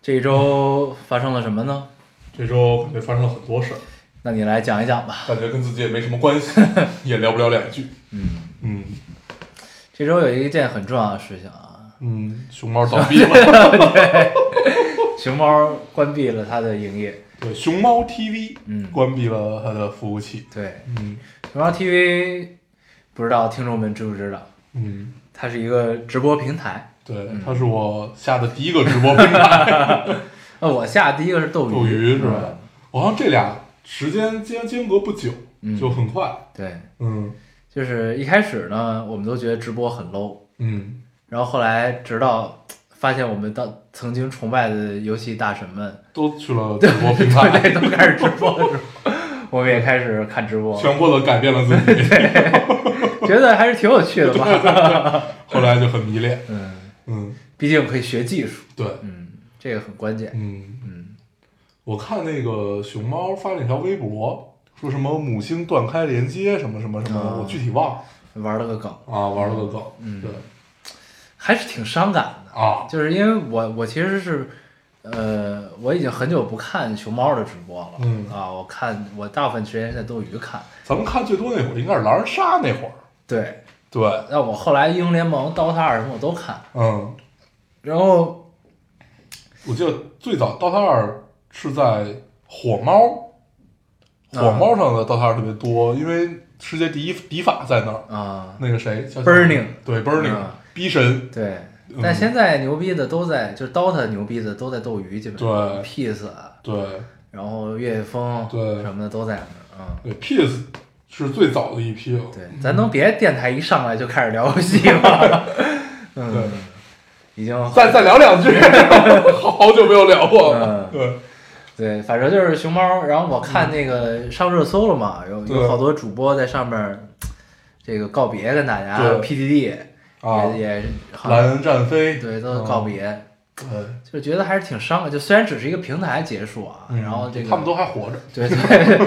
这一周发生了什么呢？这周感觉发生了很多事儿，那你来讲一讲吧。感觉跟自己也没什么 关系，也聊不了两句。嗯，嗯这周有一件很重要的事情啊，嗯，熊猫倒闭 了。熊猫关闭了它的营业。对，熊猫 TV 嗯关闭了它的服务器。对，嗯熊猫 TV 不知道听众们知不知道，嗯，它是一个直播平台。对，它是我下的第一个直播平 台，那呃我下第一个是斗鱼，斗鱼是吧？我好像这俩时间间间隔不久，嗯就很快。对，嗯就是一开始呢，我们都觉得直播很 low，嗯，然后后来直到发现我们当曾经崇拜的游戏大神们， 都去 了直播平对台，对，都开始直播的时候，我们也开始看直播，强迫的改变了自 己，觉得还是挺有趣的 吧。后来就很迷恋。嗯，嗯，毕竟可以学技术，对，嗯，这个很关键。嗯。嗯，我看那个熊猫发了一条微博，说什么母星断开连接什么什么什么，啊我具体忘了玩了个梗，啊，玩了个梗，嗯对还是挺伤感的，啊，就是因为我我其实是。呃，我已经很久不看熊猫的直播了，嗯啊，我看我大部分时间是在斗鱼看，咱们看最多那会儿应该是狼人杀那会儿，对，对，但我后来英雄联盟、DOTA 二什么我都看，嗯，然后我记得最早 DOTA 二是在火猫，啊火猫上的 DOTA 二特别多，因为世界第一敌法在那儿，啊，那个谁叫 Burning 对 Burning、嗯逼神，对，嗯但现在牛逼的都在，就是 DOTA 牛逼的都在斗鱼，基本上对 Peace，啊对然后越野风对什么的都在那儿，对 Peace 是最早的一批了嗯，，对，咱能别电台一上来就开始聊游戏吗？ 嗯对，已经再再聊两句， 好久没有聊过嗯了。对，对，反正就是熊猫，然后我看那个上热搜了嘛，有有嗯对好多主播在上面儿这个告别跟大家对 PDD 啊也也好蓝嗯像恩战飞，对都告别，对，就觉得还是挺伤感，就虽然只是一个平台结束啊，嗯然后这个他们都还活着。对对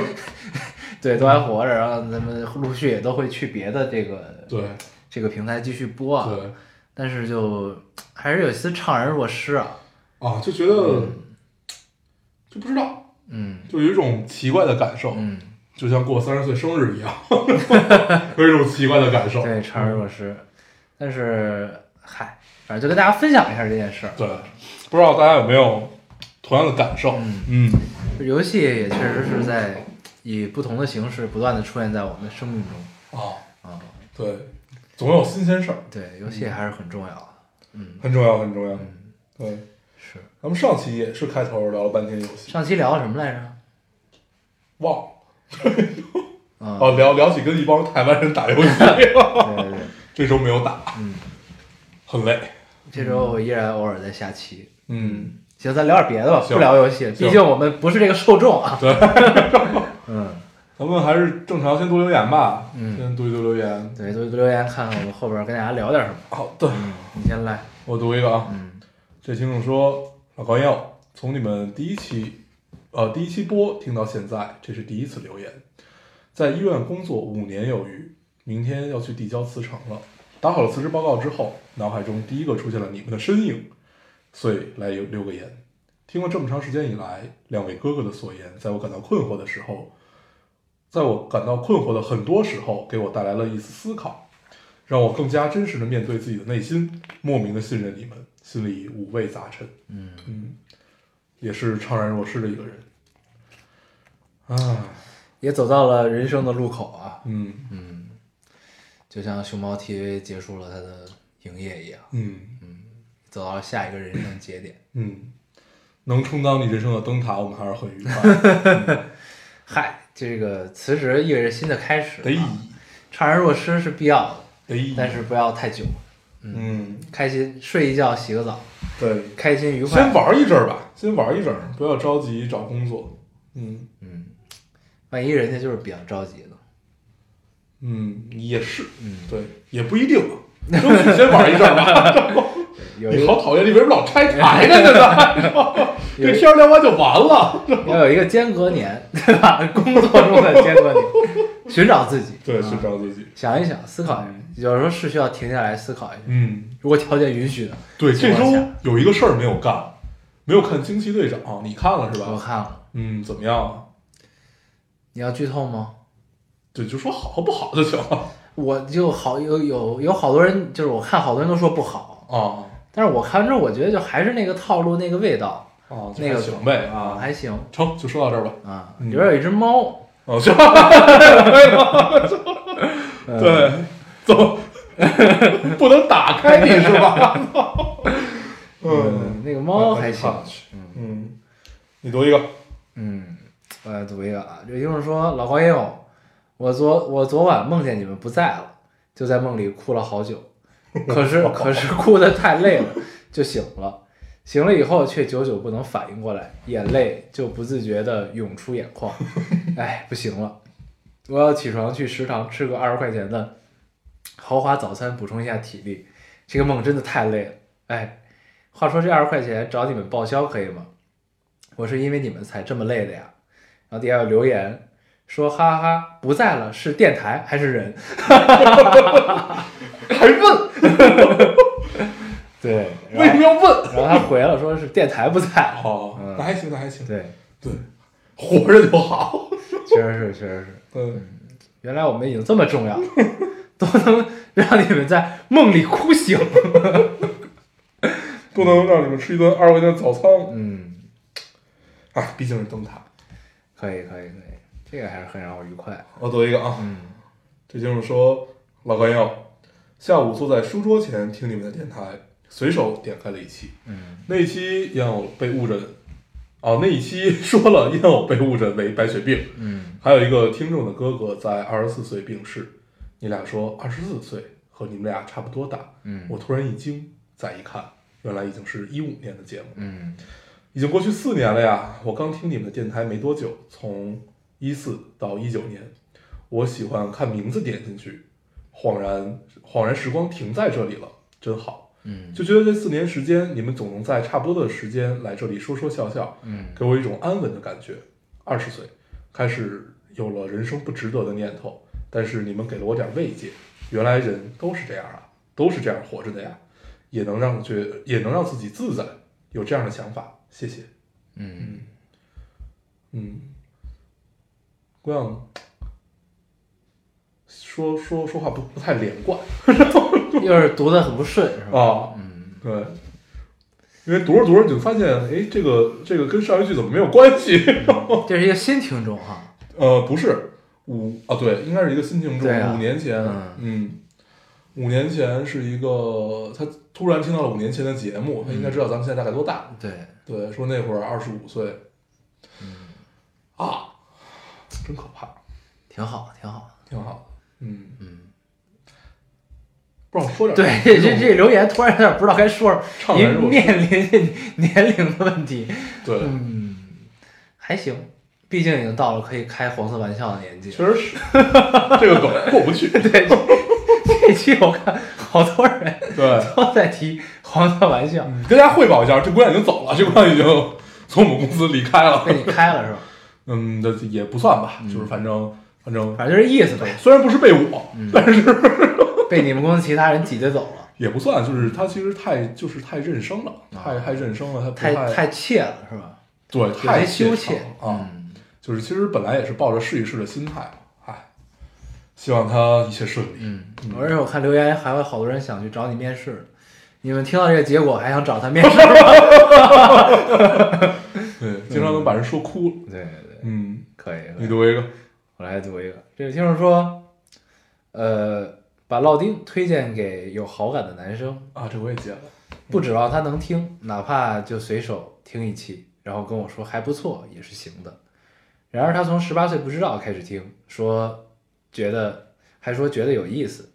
对，都还活着，然后咱们陆续也都会去别的这个对这个平台继续播啊。对但是就还是有些怅然若失啊。啊，就觉得就不知道，嗯就有一种奇怪的感受，嗯，就像过三十岁生日 一样，有一种奇怪的感受。对，怅然若失。但是嗨，反正就跟大家分享一下这件事儿。对，不知道大家有没有同样的感受？嗯嗯，游戏也确实是在以不同的形式不断的出现在我们的生命中啊，啊。对，总有新鲜事儿，对，游戏还是很重要的。嗯，很重要，很重要。嗯对，是。咱们上期也是开头聊了半天游戏，上期聊的什么来着？忘了。啊，哦，聊聊起跟一帮台湾人打游 戏，对 对对，这周没有打，嗯。很累。这周我依然偶尔在下棋。嗯，行，咱聊点别的吧，行不聊游戏，行毕竟我们不是这个受众啊。 对，嗯，咱们还是正常，先多留言吧。嗯先读一读留言。对，多留言看看我们后边跟大家聊点什么。好的，嗯，你先来。我读一个啊。嗯这听众说，老高要从你们第一期，呃，第一期播听到现在，这是第一次留言。在医院工作五年有余，明天要去递交辞呈了。打好了辞职报告之后，脑海中第一个出现了你们的身影，所以来留留个言。听了这么长时间以来，两位哥哥的所言，在我感到困惑的时候，在我感到困惑的很多时候，给我带来了一丝思考，让我更加真实的面对自己的内心，莫名的信任你们，心里五味杂陈。嗯，嗯，也是怅然若失的一个人。啊，也走到了人生的路口啊。嗯嗯，就像熊猫 TV 结束了它的营业一样，嗯走到了下一个人生节点。嗯，能充当你人生的灯塔，我们还是很 愉快，嗨，这个辞职意味着新的开始、得以啊，怅然若失是必要的，得以，但是不要太久。嗯，开心，睡一觉，洗个澡，对，开心愉快先。玩一阵儿吧，先玩一阵儿，不要着急找工作。嗯嗯，万一人家就是比较着急呢？嗯，也是，嗯，对，也不一定啊。争取先玩一阵儿吧。有一你个好讨厌，你为什么老拆台呢？现在有 这天儿聊完就完了。要有一个间隔年， 对吧？工作中的间隔年， 寻找自己，对，啊寻找自己。想一想，思考一下，有时候是需要停下来思考一下。嗯，如果条件允许的，对，情这况周下有一个事儿没有干，没有看《惊奇队长》，你看了是我吧？看了。嗯，怎么样啊？你要剧透吗？对，就说好和不好就行了。我就好有有有好多人，就是我看好多人都说不好，啊但是我看完之后，我觉得就还是那个套路，那个味道，啊，就哦那还个行呗啊，还行成，就说到这儿吧。啊。嗯里边有一只猫，哦，行，呃嗯 对，走， 不能打开你是 吧？嗯，嗯，那个猫还行。嗯，你读一个，嗯，我来读一个啊，这就是说，老高也有，我昨我昨晚梦见你们不在了，就在梦里哭了好久，可是可是哭的太累了，就醒了，醒了以后却久久不能反应过来，眼泪就不自觉的涌出眼 眶，哎，不行了，我要起床去食堂吃个二十块钱的豪华早餐，补充一下体力，这个梦真的太累了，哎，话说这二十块钱找你们报销可以吗？我是因为你们才这么累的呀。然后底下有留言说哈哈哈不在了，是电台还是人？ 还问？对， 为然什么后要问？然后他回了，说是电台不在了。哦，那还行，那还 行，对，对，活着就好。确实是，确实是，嗯，原来我们已经这么重要了， 都能让你们在梦里哭醒。不能让你们吃一顿二十块钱的早餐嗯，啊！毕竟是灯塔。可以，可以，可以，这个还是很让我愉快。我读一个啊，嗯这就是说，老朋友，下午坐在书桌前听你们的电台，随手点开了一期，嗯那一期烟偶被误诊，哦，那一期说了烟偶被误诊为白血病，嗯还有一个听众的哥哥在二十四岁病逝，你俩说二十四岁和你们俩差不多大，嗯我突然一惊，再一看，原来已经是一五年的节目，嗯已经过去四年了呀！我刚听你们的电台没多久，从一四到一九年，我喜欢看名字点进去，恍然恍然时光停在这里了，真好，嗯就觉得这四年时间，你们总能在差不多的时间来这里说说笑笑，嗯给我一种安稳的感觉。二十岁开始有了人生不值得的念头，但是你们给了我点慰藉，原来人都是这样啊，都是这样活着的呀，也能让我觉得也能让自己自在，有这样的想法，谢谢。嗯，嗯，姑娘呢说说说话不不太连贯又是读的很不顺，是吧？啊，嗯，对，因为读着读着你就发现，哎，这个这个跟上一句怎么没有关系？ 这是一个新听众哈。呃，不是五啊，对，应该是一个新听众，对啊五年前，嗯嗯，五年前是一个他突然听到了五年前的节目，嗯他应该知道咱们现在大概多大，对，对，说那会儿二十五岁，嗯啊，真可怕，挺好，挺好。挺好的，嗯嗯，不知道说点对，这这这这留言突然有点不知道该说什么。怅然您若失，面临 这年龄的问题，对，嗯，还行，毕竟已经到了可以开黄色玩笑的年纪了。确实是 这个梗过不 去，对，这这期我看好多人对，都在提黄色玩笑，你跟大家汇报一下，这姑娘已经走了，这姑娘已经从我们公司离开 了被，你开了是吧？嗯，这也不算吧，嗯就是反正反正反正就是意思呗，虽然不是被我，嗯 但是 被你们公司其他人挤兑走 了，也不算，就是他其实太就是太认生了，太太认生了，他不啊太太太怯了是吧？对有太些羞怯嗯了啊，就是其实本来也是抱着试一试的心态嘛，哎，希望他一切顺利。嗯，而且我看留言还有好多人想去找你面试，你们听到这个结果还想找他面 试？对，经常能把人说哭了。对对对，嗯，可以，可你以。读一个，我来读一个，这个听众说，呃，把烙丁推荐给有好感的男生，啊，这我也接了。不指望他能听，哪怕就随手听一期，然后跟我说还不错也是行的。然而他从十八岁不知道开始听，说觉得还说觉得有意思。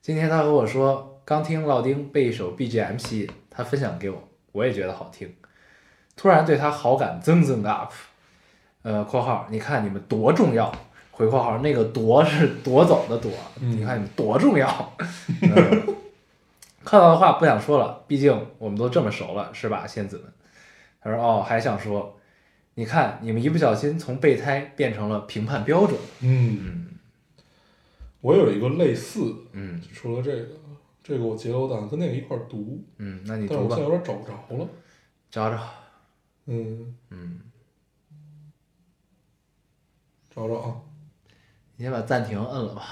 今天他和我说刚听烙丁被一首 BGM 吸引，他分享给我，我也觉得好听，突然对他好感增增 up。呃，括号，你看你们多重要。回括号，那个夺是夺走的夺，嗯你看你们多重要。呃客套的话不想说了，毕竟我们都这么熟了，是吧，仙子们？他说哦，还想说，你看你们一不小心从备胎变成了评判标准。嗯，我有一个类似的，嗯除了这个，这个我截了我打算跟那个一块儿读，嗯，那你但是读我现吧在，有点找不着了。找找。嗯，嗯，找找啊，你先把暂停摁了吧。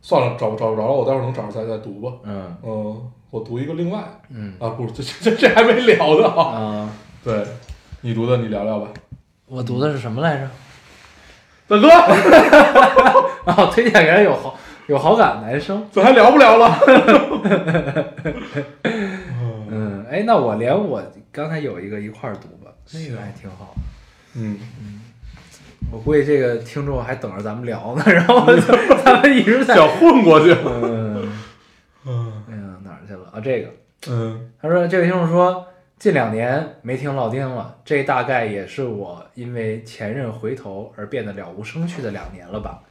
算了，找不找不着了，我待会儿能找着再再读吧。嗯嗯，我读一个另外嗯啊，不是，这这这这还没聊呢啊。啊， 对，你读的你聊聊吧。我读的是什么来着？大哥， 哦，推荐给人有好有好感的男生。咱还聊不聊 了？嗯，哎，那我连我刚才有一个一块儿读吧，那哎个还挺好。嗯，我估计这个听众还等着咱们聊呢，然后 咱们一直在。想混过去。 嗯，嗯哎呀，哪儿去了啊？这个，嗯他说这位听众说，近两年没听老丁了，这大概也是我因为前任回头而变得了无生趣的两年了吧。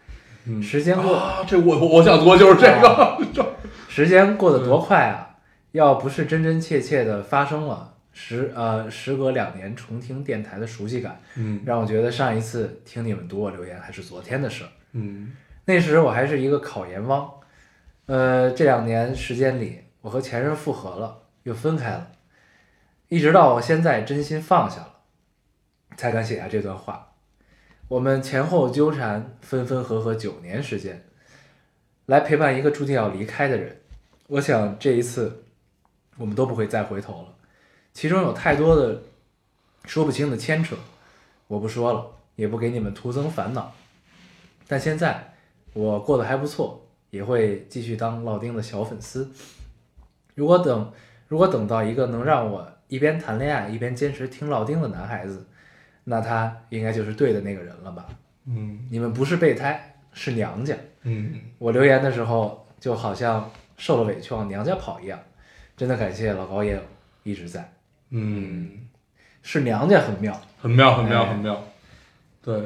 嗯，时间过，啊，这我我想读的 就是这个。哦时间过得多快啊！要不是真真切切的发生了，时呃时隔两年重听电台的熟悉感，嗯让我觉得上一次听你们读我留言还是昨天的事儿。嗯那时我还是一个考研汪，呃，这两年时间里，我和前任复合了，又分开了，一直到我现在真心放下了，才敢写下这段话。我们前后纠缠，分分合合九年时间，来陪伴一个注定要离开的人。我想这一次，我们都不会再回头了。其中有太多的说不清的牵扯，我不说了，也不给你们徒增烦恼。但现在我过得还不错，也会继续当老丁的小粉丝。如果等如果等到一个能让我一边谈恋爱一边坚持听老丁的男孩子，那他应该就是对的那个人了吧？嗯你们不是备胎，是娘家。嗯我留言的时候就好像受了委屈往娘家跑一样，真的感谢老高也一直在，嗯，是娘家很妙，很妙，很妙，哎很妙。对，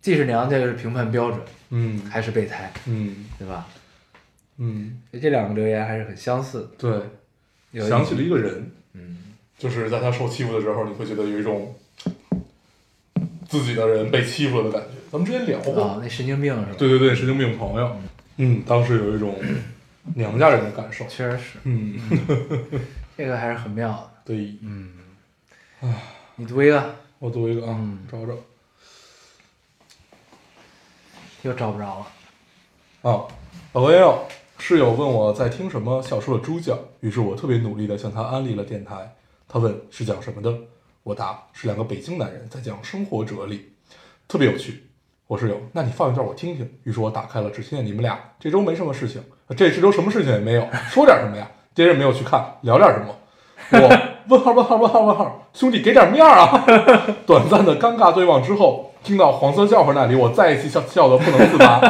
既是娘家又是评判标准，嗯还是备胎，嗯对吧？嗯，所以这两个留言还是很相似的。对，有一想起了一个人，嗯，就是在他受欺负的时候，你会觉得有一种自己的人被欺负了的感觉。咱们之前聊过，哦，那神经病是吧？对对对，神经病朋友，啊嗯，当时有一种 娘家人的感受。确实是，嗯，这个还是很妙的。对，你读一个，我读一个啊嗯，找找又找不着了。啊，老朋友，室友问我在听什么小说的主角，于是我特别努力的向他安利了电台。他问是讲什么的，我答是两个北京男人在讲生活哲理，特别有趣。我室友，那你放一段我听听。于是我打开了，只听见你们俩这周没什么事情，呃这这周什么事情也没有，说点什么呀？别人没有去看，聊点什么？我问号问号问号问号，兄弟给点面儿啊！ 短暂的尴尬对望之后，听到黄色笑话那里，我再一次笑笑得不能自拔。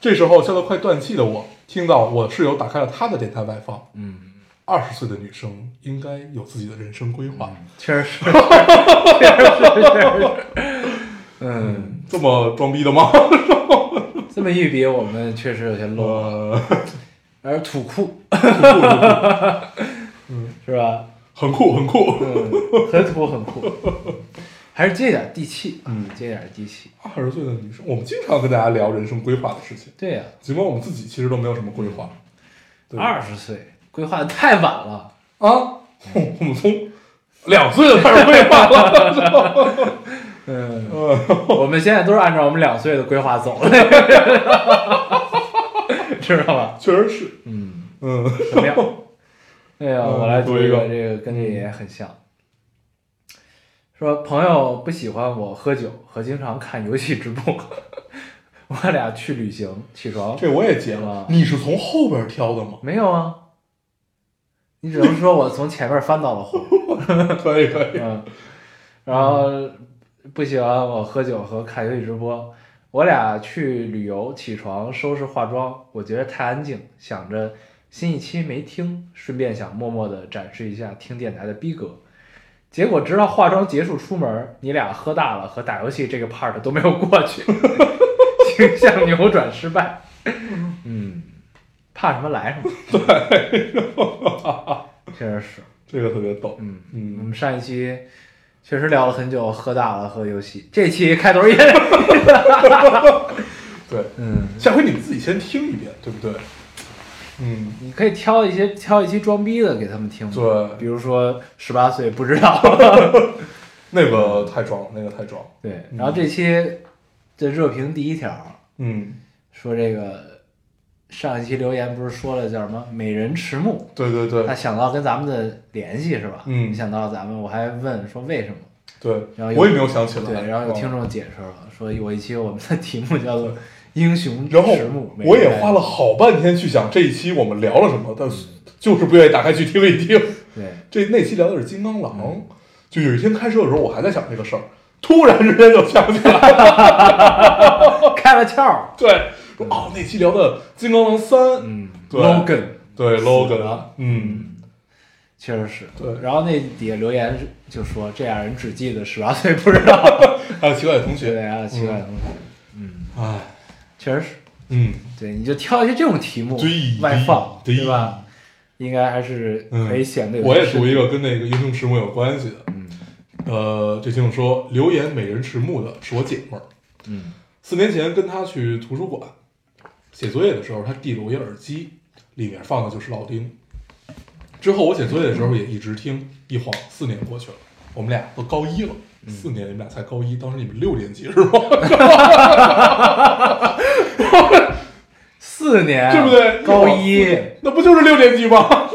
这时候笑得快断气的我，听到我室友打开了他的电台外放。嗯，二十岁的女生应该有自己的人生规划。确 实是，确实是，确实是。嗯，这么装逼的吗？ 这么一比，我们确实有些 low，啊呃， 而土酷很 是吧？酷，很酷，很酷。嗯，很土很酷，还是接点地气，嗯接点地气。二十岁的女生，我们经常跟大家聊人生规划的事情，对呀、尽管我们自己其实都没有什么规划。对二十岁规划的太晚了，啊， 我们从两岁就开始规划了，是吧嗯，嗯我们现在都是按照我们两岁的规划走 的，知道吧？确实是，嗯。嗯怎么样？ 对呀、嗯我来读一读个，一个这个跟这也很像。说朋友不喜欢我喝酒和经常看游戏直播，我俩去旅行，起床这我也截了啊。你是从后边挑的吗？ 没有啊？你只能说我从前面翻到了后，可以，可以。 嗯，然后不喜欢我喝酒和看游戏直播。我俩去旅游，起床收拾化妆，我觉得太安静，想着新一期没听，顺便想默默的展示一下听电台的逼格，结果直到化妆结束出门，你俩喝大了和打游戏这个 part 都没有过去， 形象扭转失败。嗯，怕什么来什么。 对，确实是。这个特别逗。嗯嗯我们上一期确实聊了很久，喝大了和游戏。这期开头也， 对，嗯，下回你们自己先听一遍，对不对？嗯，你可以挑一些挑一期装逼的给他们听嘛，比对，如说十八岁不知 道。那个太装了，那个太装了。对，嗯然后这期的热评第一条嗯，说这个上一期留言不是说了叫什么“美人迟暮对对”，他对想到跟咱们的联系是吧？嗯没想到咱们，我还问说为什么？然后对，有我也没有想起来。对，然后有听哦，众解释了，说有一期我们的题目叫做《英雄嗯然后迟暮》，美我人也花了好半天去想这一期我们聊了什么，但嗯是就是不愿意打开去听一听。对这那期聊的是金刚狼，嗯就有一天开车的时候我还在想这个事儿，突然之间就想起来了。开了窍儿， 对，说哦，那期聊的金刚狼三，嗯对，logan 对死了 logan，嗯，确实是。对然后那底下留言就说这样人只记得十八岁不知 道，还有奇怪的同学，嗯对啊，奇怪的东西，嗯哎，确实是。嗯，对，你就挑一些这种题目对外放，对对吧？应该还是可以显得有、我也读一个跟那个英雄迟暮有关系的，嗯呃，这听众说留言美人迟暮的是我姐们儿，嗯四年前跟她去图书馆写作业的时候，她递了我一耳机，里面放的就是老丁。之后我写作业的时候也一直听，一晃四年过去了，我们俩都高一了，嗯四年你们俩才高一，当时你们六年级是吗？ 四年，对不对？高一一晃四年，那不就是六年级吗？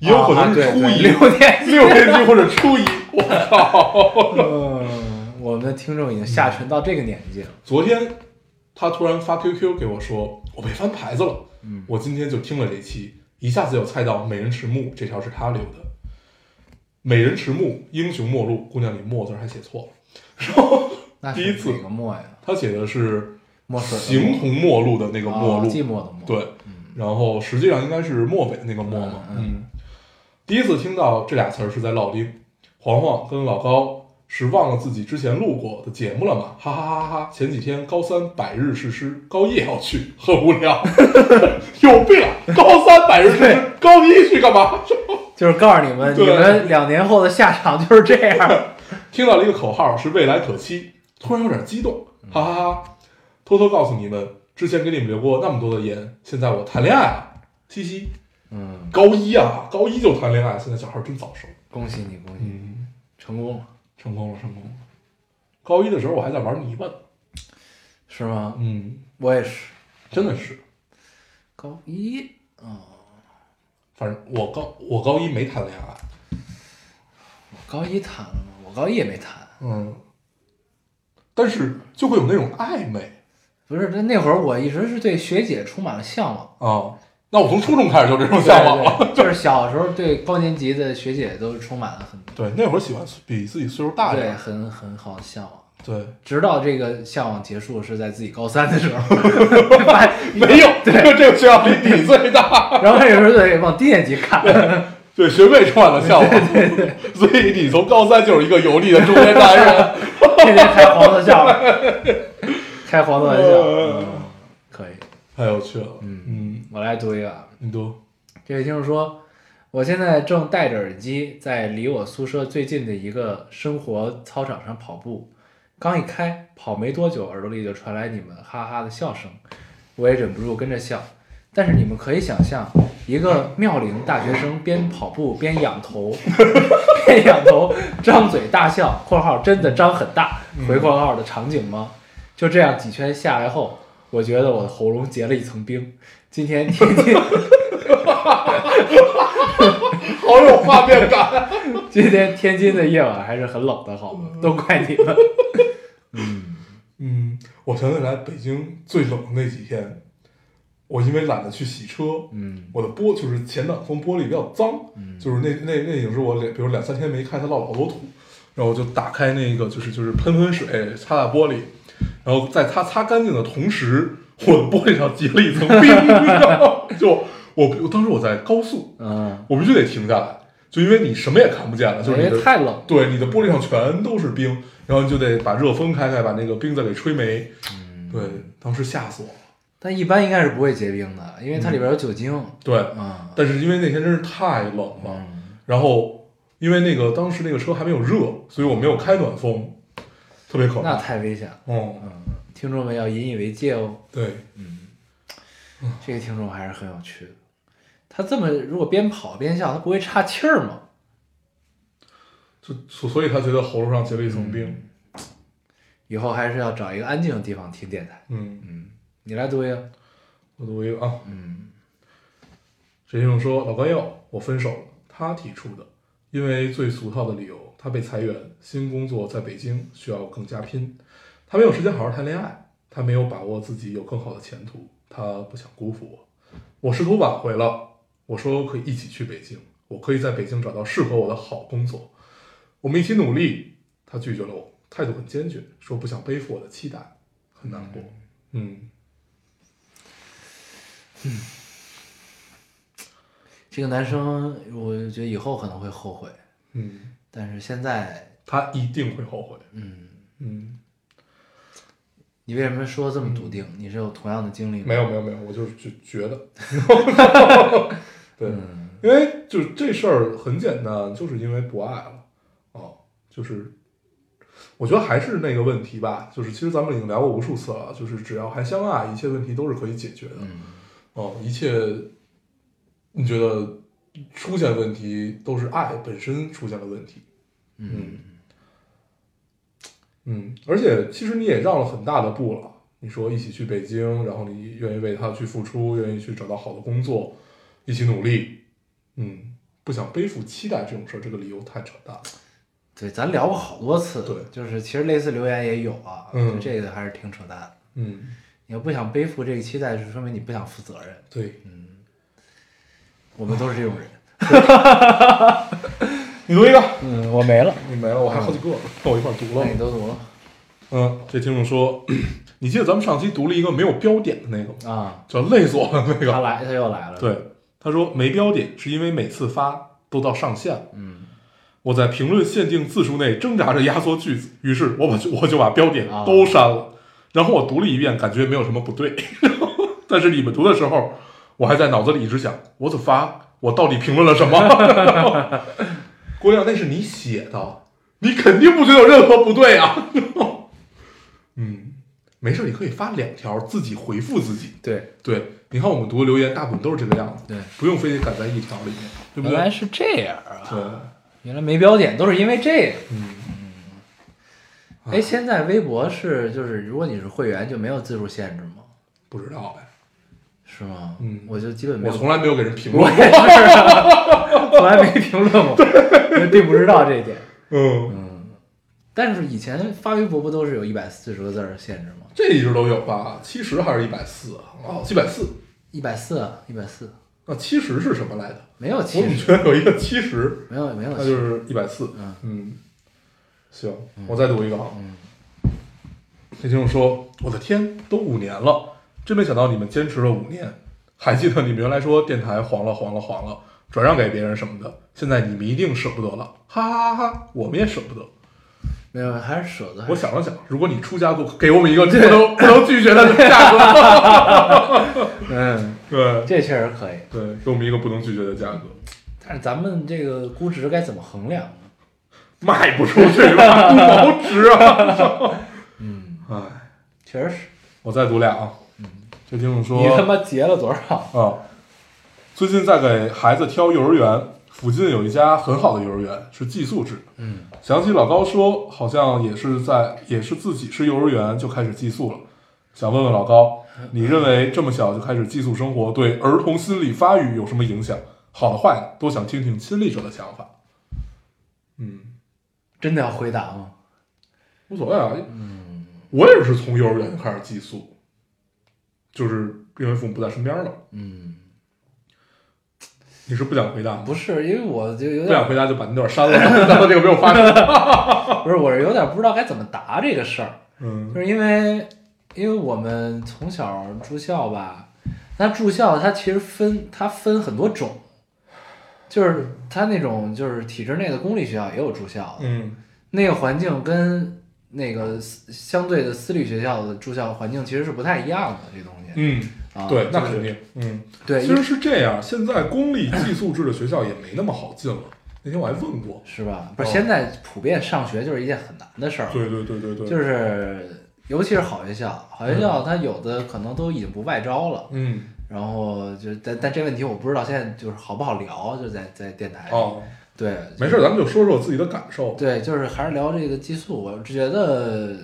也有可能是啊初对一，对六年级。 六年级或者初一。我靠！嗯，我们的听众已经下沉到这个年纪了。昨天他突然发 QQ 给我说，我被翻牌子了。嗯我今天就听了这期，一下子就猜到《美人迟暮》这条是他留的。美人迟暮，英雄末路。姑娘，你“末”字还写错了。那是第一次哪个墨呀？他写的是墨水的墨形同陌路的那个哦陌路，寂寞的墨。对，然后实际上应该是末尾的那个末嘛。嗯嗯，第一次听到这俩词儿是在烙丁，黄黄跟老高是忘了自己之前录过的节目了嘛？哈哈哈哈哈！前几天高三百日誓师，高一也要去，很无聊， 有病啊！高三百日誓对师，高一去干嘛？ 就是告诉你们，你对们两年后的下场就是这 样。听到了一个口号是未来可期，突然有点激动，嗯哈哈哈偷偷告诉你们，之前给你们留过那么多的言，现在我谈恋爱了，嘻嘻。嗯，高一啊，高一就谈恋爱，现在小孩真早熟。恭喜你，恭喜你，嗯，成功了，成功了，成功了。高一的时候我还在玩泥巴呢。是吗？嗯，我也是，真的是，高一。反正我高我高一没谈恋爱。我高一谈了吗？我高一也没谈。嗯，但是就会有那种暧昧不是，那那会儿我一直是对学姐充满了向往，啊。那我从初中开始就这种向往了。 对对就是小时候对高年级的学姐都是充满了很对，那会儿喜欢比自己岁数大一对点。很很好的向往，对，直到这个向往结束是在自己高三的时 候， 发现没有，这个这个学校比你最 大，然后有时候得往低年级看，对学妹充满了向往。所以你从高三就是一个有力的中年男人。天天开黄色笑话，开黄色玩笑，嗯嗯可以，太有趣了。嗯，我来读一个啊，你都这位听众说，我现在正戴着耳机在离我宿舍最近的一个生活操场上跑步，刚一开跑没多久，耳朵里就传来你们哈哈的笑声，我也忍不住跟着笑。但是你们可以想象，一个妙龄大学生边跑步边仰头， 边仰头张嘴大笑（括号真的张很大） 回括号的场景吗？就这样几圈下来后，我觉得我的喉咙结了一层冰。今天天气。好有画面感。今天天津的夜晚还是很冷的，好吗？都怪你们。嗯，我想起来北京最冷的那几天，我因为懒得去洗车，嗯我的玻就是前挡风玻璃比较脏，就是那那那已经是我两，比如两三天没开，它落老多土，然后我就打开那个就是就是喷喷水擦擦玻璃，然后在它擦干净的同时，我的玻璃上结了一层冰，你知道吗？就我我当时我在高速，嗯我必须得停下来，就因为你什么也看不见了，就是你因为的太冷，对，你的玻璃上全都是冰，然后你就得把热风开开，把那个冰再给吹没。嗯对，当时吓死我了。但一般应该是不会结冰的，因为它里边有酒精对，啊。但是因为那天真是太冷了，嗯然后因为那个当时那个车还没有热，所以我没有开暖风，特别可那怕。太危险了，嗯，听众们要引以为戒哦。对，这个听众还是很有趣的。他这么如果边跑边笑，他不会岔气儿吗？就所所以他觉得喉咙上结了一层冰。以后还是要找一个安静的地方听电台。嗯，你来读一个，我读一个啊，嗯，这先生说：“老关佑，我分手了。”他提出的，因为最俗套的理由，他被裁员，新工作在北京，需要更加拼。他没有时间好好谈恋爱，他没有把握自己有更好的前途，他不想辜负我。我试图挽回了，我说可以一起去北京，我可以在北京找到适合我的好工作，我们一起努力。他拒绝了我，态度很坚决，说不想背负我的期待，很难过。嗯这个男生，我觉得以后可能会后悔，嗯，但是现在，他一定会后悔。嗯，嗯，你为什么说这么笃定？你是有同样的嗯经历吗？没有没有没有，我就是觉觉得， 对，嗯因为就是这事儿很简单，就是因为不爱了，哦，就是我觉得还是那个问题吧，就是其实咱们已经聊过无数次了，就是只要还相爱，一切问题都是可以解决的，嗯哦，一切，你觉得出现问题都是爱本身出现了问题，嗯嗯，而且其实你也让了很大的步了。你说一起去北京，然后你愿意为他去付出，愿意去找到好的工作，一起努力，嗯，不想背负期待这种事儿，这个理由太扯淡了。对，咱聊过好多次，对就是其实类似留言也有啊，嗯就这个还是挺扯淡的。嗯，你要不想背负这个期待，就说明你不想负责任。对，我们都是这种人。你读一个，嗯，我没了，你没哎了，我还好几个，跟我一块儿读那了。你都读了嗯，这听众说， 你记得咱们上期读了一个没有标点的那个吗？啊？叫累死我了那他个。来，他又来了。，对，他说没标点是因为每次发都到上限了。嗯，我在评论限定字数内挣扎着压缩句子，于是我把我就把标点啊都删了，然后我读了一遍，感觉没有什么不对。 但是你们读的时候，我还在脑子里一直想，我怎么发？我到底评论了什 么？姑娘，那是你写的，你肯定不觉得有任何不对啊。 嗯，没事，你可以发两条自己回复自己。对对，你看我们读的留言，大部分都是这个样子，对，不用非得赶在一条里面，对呃不原来对？是这样啊！对，原来没标点都是因为这个。嗯。哎，现在微博是就是，如果你是会员就没有字数限制吗？不知道呗，是吗？嗯我就基本没我有，从来没有给人评我论也过。是 啊，从来没评论过，因为并不知道这一点。嗯，但是以前发微博不都是有一百四十个字儿限制吗？这一直都有吧？七十还是一百四啊？哦，一百四。一百四，啊一百四，那七十是什么来着？没有我七怎么十，觉得有一个七十，没有没有那七就十，是一百四嗯。嗯，行，我再读一个啊。这听众说：“我的天，都五年了，真没想到你们坚持了五年。还记得你们原来说电台黄了黄了黄了，转让给别人什么的，现在你们一定舍不得了，哈哈哈哈！我们也舍不得。”没有还是舍得。我想了想，如果你出价够，给我们一个不能不能拒绝的价格，嗯，对这确实可以，对，给我们一个不能拒绝的价格，但是咱们这个估值该怎么衡量呢？卖不出去 吧，毛值啊！ 嗯，哎，确实是，我再读俩啊，这听众嗯说，你他妈结了多少？啊，最近在给孩子挑幼儿园，附近有一家很好的幼儿园，是寄宿制。嗯，想起老高说，好像也是在也是自己是幼儿园就开始寄宿了。想问问老高，嗯你认为这么小就开始寄宿生活对儿童心理发育有什么影响？好的坏的，都想听听亲历者的想法。嗯，真的要回答吗？无所谓啊。嗯，我也是从幼儿园开始寄宿，就是因为父母不在身边了。嗯，你是不想回答吗？不是，因为我就有不想点回答就把那段删了， 当做这个没有发生。不是，我是有点不知道该怎么答这个事儿，就嗯是因为因为我们从小住校吧，那住校它其实分它分很多种，就是他那种就是体制内的公立学校也有住校的，嗯那个环境跟那个私相对的私立学校的住校环境其实是不太一样的，这东西嗯，啊，对，那就是肯定，嗯，对，其实是这样，现在公立寄宿制的学校也没那么好进了。那天我还问过，是吧？不是，哦现在普遍上学就是一件很难的事儿，对对对对对，就是尤其是好学校，好学校它有的可能都已经不外招了，嗯，然后就但但这问题我不知道现在就是好不好聊，就在在电台里，哦，对，没事儿，咱们就说说自己的感受。对，就是还是聊这个激素，我觉得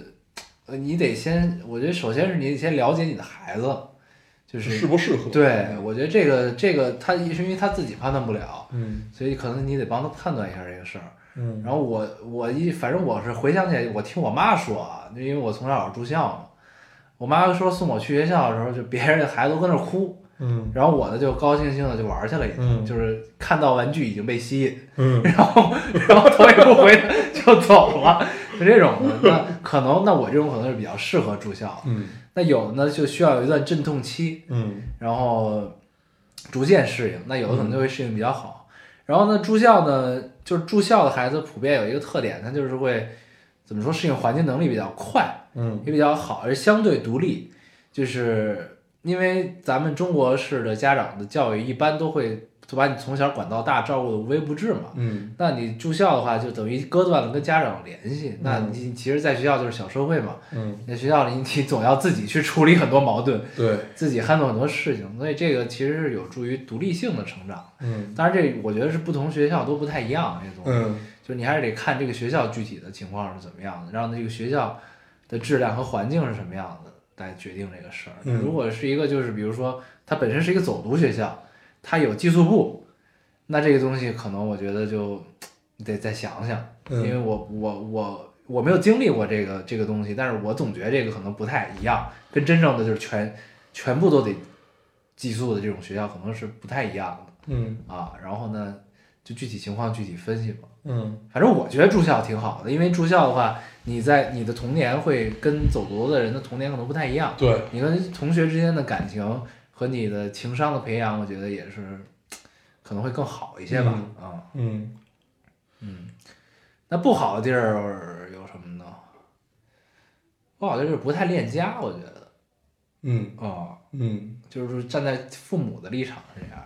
呃你得先，我觉得首先是你得先了解你的孩子，就是适不适合？对，我觉得这个这个他是因为他自己判断不了，嗯所以可能你得帮他判断一下这个事儿。嗯然后我我一反正我是回想起来，我听我妈说啊，因为我从小住校嘛，我妈说送我去学校的时候，就别人的孩子都跟那儿哭，嗯然后我呢就高高兴兴的就玩儿去了，已经、嗯就是看到玩具已经被吸引， 嗯然后然后头也不回地就走了，就这种的。那可能那我这种可能是比较适合住校，嗯那有的呢就需要有一段阵痛期，嗯然后逐渐适应。那有的可能就会适应比较好。然后呢，住校呢，就是住校的孩子普遍有一个特点，他就是会怎么说，适应环境能力比较快，嗯也比较好，而相对独立。就是因为咱们中国式的家长的教育，一般都会就把你从小管到大，照顾的无微不至嘛。嗯那你住校的话，就等于割断了跟家长联系。那你其实，在学校就是小社会嘛，嗯，在学校里你总要自己去处理很多矛盾，对，自己 handle 很多事情，所以这个其实是有助于独立性的成长。嗯当然，这我觉得是不同学校都不太一样，这东西，嗯就是你还是得看这个学校具体的情况是怎么样的，然后这个学校的质量和环境是什么样的来决定这个事儿。嗯如果是一个就是比如说它本身是一个走读学校，它有寄宿部，那这个东西可能我觉得就你得再想想，因为嗯我我我我没有经历过这个这个东西，但是我总觉得这个可能不太一样，跟真正的就是全全部都得寄宿的这种学校可能是不太一样嗯的啊。然后呢，就具体情况具体分析吧。嗯反正我觉得住校挺好的，因为住校的话，你在你的童年会跟走读的人的童年可能不太一样，对，你跟同学之间的感情和你的情商的培养，我觉得也是可能会更好一些吧。啊、嗯嗯，那不好的地儿有什么呢？不好的地儿就是不太恋家，我觉得嗯哦，嗯，就是说站在父母的立场是这样，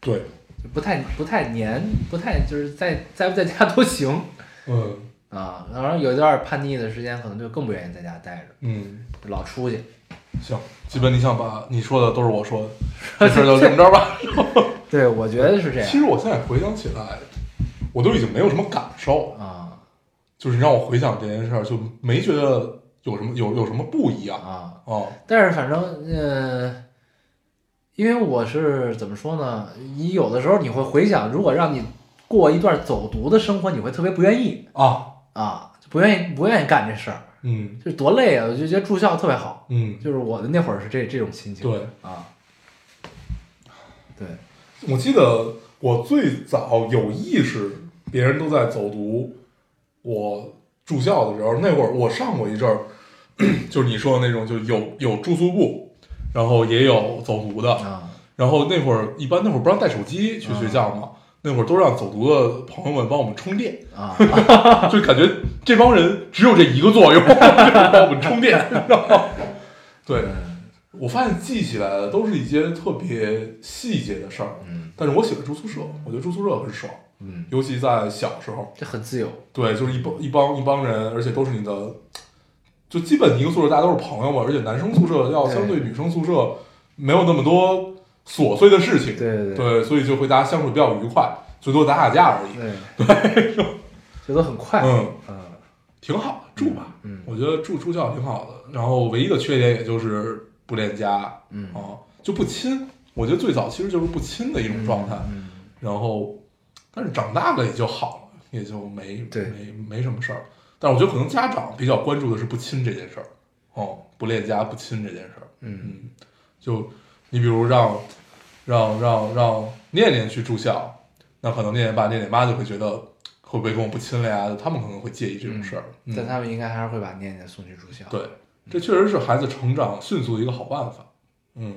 对，就不太不太黏，不太就是在在不在家 都行嗯啊。然后有一段叛逆的时间，可能就更不愿意在家待着，嗯，就老出去。行，基本你想把你说的都是我说的，这事儿就这么着吧。对，我觉得是这其样实我现在回想起来，我都已经没有什么感受了，啊就是让我回想这件事儿，就没觉得有什么有有什么不一样啊。哦。但是反正呃，因为我是怎么说呢？你有的时候你会回想，如果让你过一段走读的生活，你会特别不愿意啊，啊，不愿意不愿意干这事儿，嗯就是多累啊！我就觉得住校特别好，嗯，就是我的那会儿是这这种心情。对。啊， 对，我记得我最早有意识，别人都在走读，我住校的时候，那会儿我上过一阵儿， 就是你说的那种，就是有有住宿部，然后也有走读的，啊然后那会儿一般那会儿不让带手机去学校嘛，那会儿都让走读的朋友们帮我们充电，啊就感觉这帮人只有这一个作用， 就是帮我们充电， 你知道吗？对，嗯我发现记起来的都是一些特别细节的事儿，嗯但是我喜欢住宿舍，我觉得住宿舍很爽，嗯，尤其在小时候，这很自由对，就是一帮一帮一帮人，而且都是你的，就基本一个宿舍大家都是朋友嘛，而且男生宿舍要对相对女生宿舍没有那么多琐碎的事情，对对对所以就会大家相处比较愉快，最多打打架而已，对对， 这都很快嗯，嗯挺好的，住吧，嗯我觉得住住校挺好的，然后唯一的缺点也就是不恋家啊、嗯就不亲，我觉得最早其实就是不亲的一种状态，嗯然后，但是长大了也就好了，也就没对没没什么事儿。但是我觉得可能家长比较关注的是不亲这件事儿，哦，不恋家不亲这件事儿。嗯嗯，就你比如让让让让念念去住校，那可能念念爸念念妈就会觉得会不会跟我不亲了呀？他们可能会介意这种事儿。嗯但他们应该还是会把念念送去住校。对，嗯这确实是孩子成长迅速的一个好办法。嗯，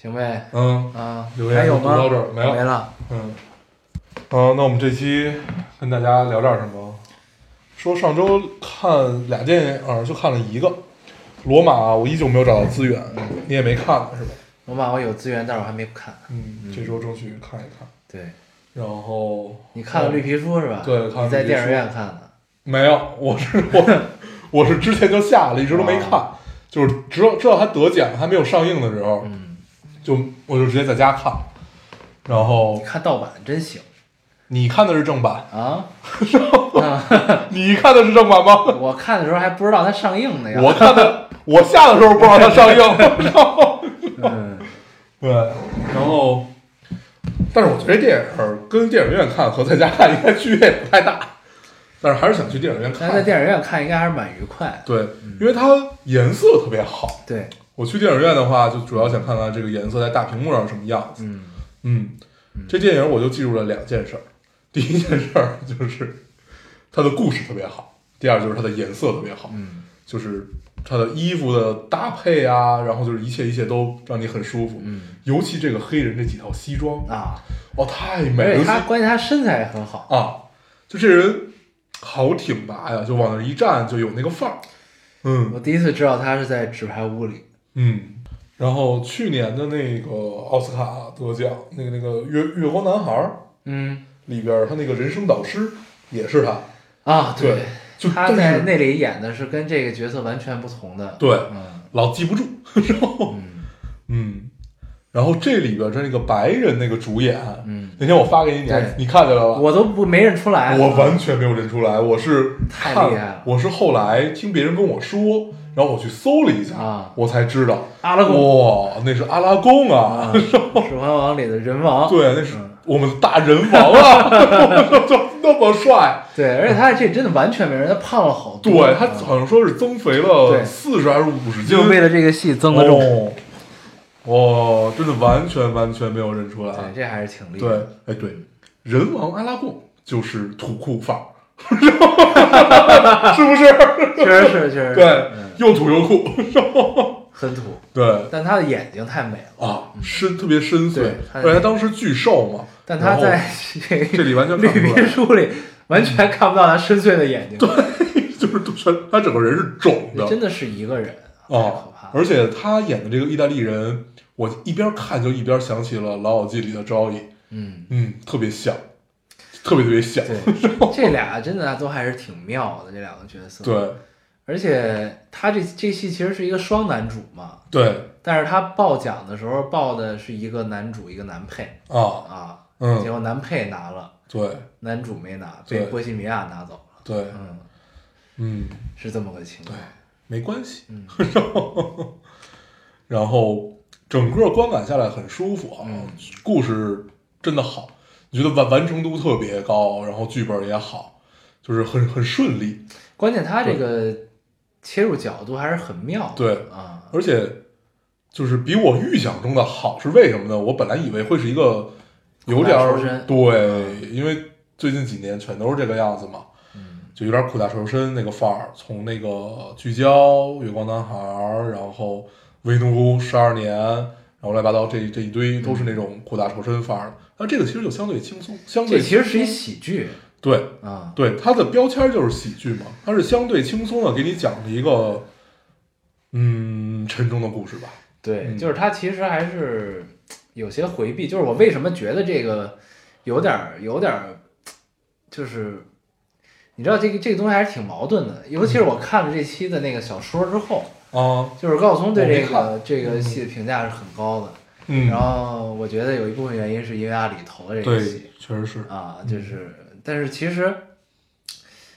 行呗，嗯，啊，留言还有就读吗？到这儿没没有了。嗯，啊，那我们这期跟大家聊点什么？说上周看俩电影儿，就看了一个《罗马》，我依旧没有找到资源，你也没看呢是吧？罗马我有资源，但是我还没看。嗯，这周争取看一看。对，然后你看了《绿皮书》是吧？对看了你在绿皮电书影院看的。没有，我是我我是之前就下了，一直都没看，啊就是直到知道它得奖还没有上映的时候，嗯，就我就直接在家看。然后你看盗版真行你看的是正版， 啊！你看的是正版吗？我看的时候还不知道它上映呢呀。我看的，我下的时候不知道它上映，然后嗯，对， 然后，但是我觉得这电影儿跟电影院看和在家看应该区别也不太大，但是还是想去电影院但是在看。电影院看应该还是蛮愉快的。对，因为它颜色特别好。对，我去电影院的话，就主要想看看这个颜色在大屏幕上是什么样子。嗯嗯，这电影我就记住了两件事儿。第一件事儿就是它的故事特别好，第二就是它的颜色特别好，嗯就是它的衣服的搭配啊，然后就是一切一切都让你很舒服。嗯尤其这个黑人这几套西装，啊，哦，太而美且了！他关键他身材也很好。啊，就这人好挺拔呀，就往那儿一站就有那个范儿。嗯我第一次知道他是在《纸牌屋》里。嗯。然后去年的那个奥斯卡得奖，那个那个月月光男孩儿嗯里边儿，他那个人生导师也是他，啊，对，就他真在是那里演的是跟这个角色完全不同的。对哦嗯老记不住， 然后嗯嗯，然后这里边儿这那个白人那个主演，嗯，那天我发给你，你还对你看见了吧？我都不没认出来。我完全没有认出来，我是太看厉害了我是后来听别人跟我说，然后我去搜了一下，啊我才知道，阿阿拉贡哇，那是阿拉贡啊，啊，《指环王》里的人王。 对，那是嗯我们大人王 啊， 就那么帅，对，而且他这真的完全没人，他胖了好多。对他嗯好像说是增肥了对四十还是五十斤就，为了这个戏增了重。哦，哇，真的完全完全没有认出来，对，这还是挺厉害对 的。，哎对，人王阿拉贡就是土库范儿， 是不是？确实是，确实是对嗯，又土又酷，很土，对但他的眼睛太美了。啊，深特别深嗯邃对，他而且他当时巨瘦嘛，但他然后在这这个里完全绿看不出皮来，书里完全看不到他深邃的眼睛，就是都全他整个人是肿的真的是一个人，太可啊怕，了。而且他演的这个意大利人，我一边看就一边想起了《老友记》里的 Joey，嗯，嗯，特别像，特别特别像，对， 这俩真的都还是挺妙的，这两个角色。，对而且他这这戏其实是一个双男主嘛，对但是他报奖的时候报的是一个男主一个男配啊，啊，结嗯，果男配拿了，对男主没拿，被对波西米亚拿走了。对，嗯，嗯，是这么个情况。没关系，嗯，然后整个观感下来很舒服啊，嗯故事真的好，你觉得完完成度特别高，然后剧本也好，就是很很顺利，关键他这个切入角度还是很妙的。对啊，而且就是比我预想中的好，是为什么呢？我本来以为会是一个有点苦大仇深儿对，因为最近几年全都是这个样子嘛，嗯就有点苦大仇深那个范儿，从那个聚焦、月光男孩儿，然后威奴十二年，然后乱七八糟这这一堆都是那种苦大仇深范儿的。但这个其实就相对轻松，相这对其实是一喜剧对啊，对，它的标签就是喜剧嘛，它是相对轻松的给你讲了一个嗯沉重的故事吧。对，嗯就是他其实还是有些回避，就是我为什么觉得这个有点儿有点儿，就是你知道这个这个东西还是挺矛盾的，尤其是我看了这期的那个小说之后，啊，就是高晓松对我没这个这个戏的评价是很高的，嗯然，后我觉得有一部分原因是因为阿里投了这个戏对，，嗯确实是，啊，就是，但是其实，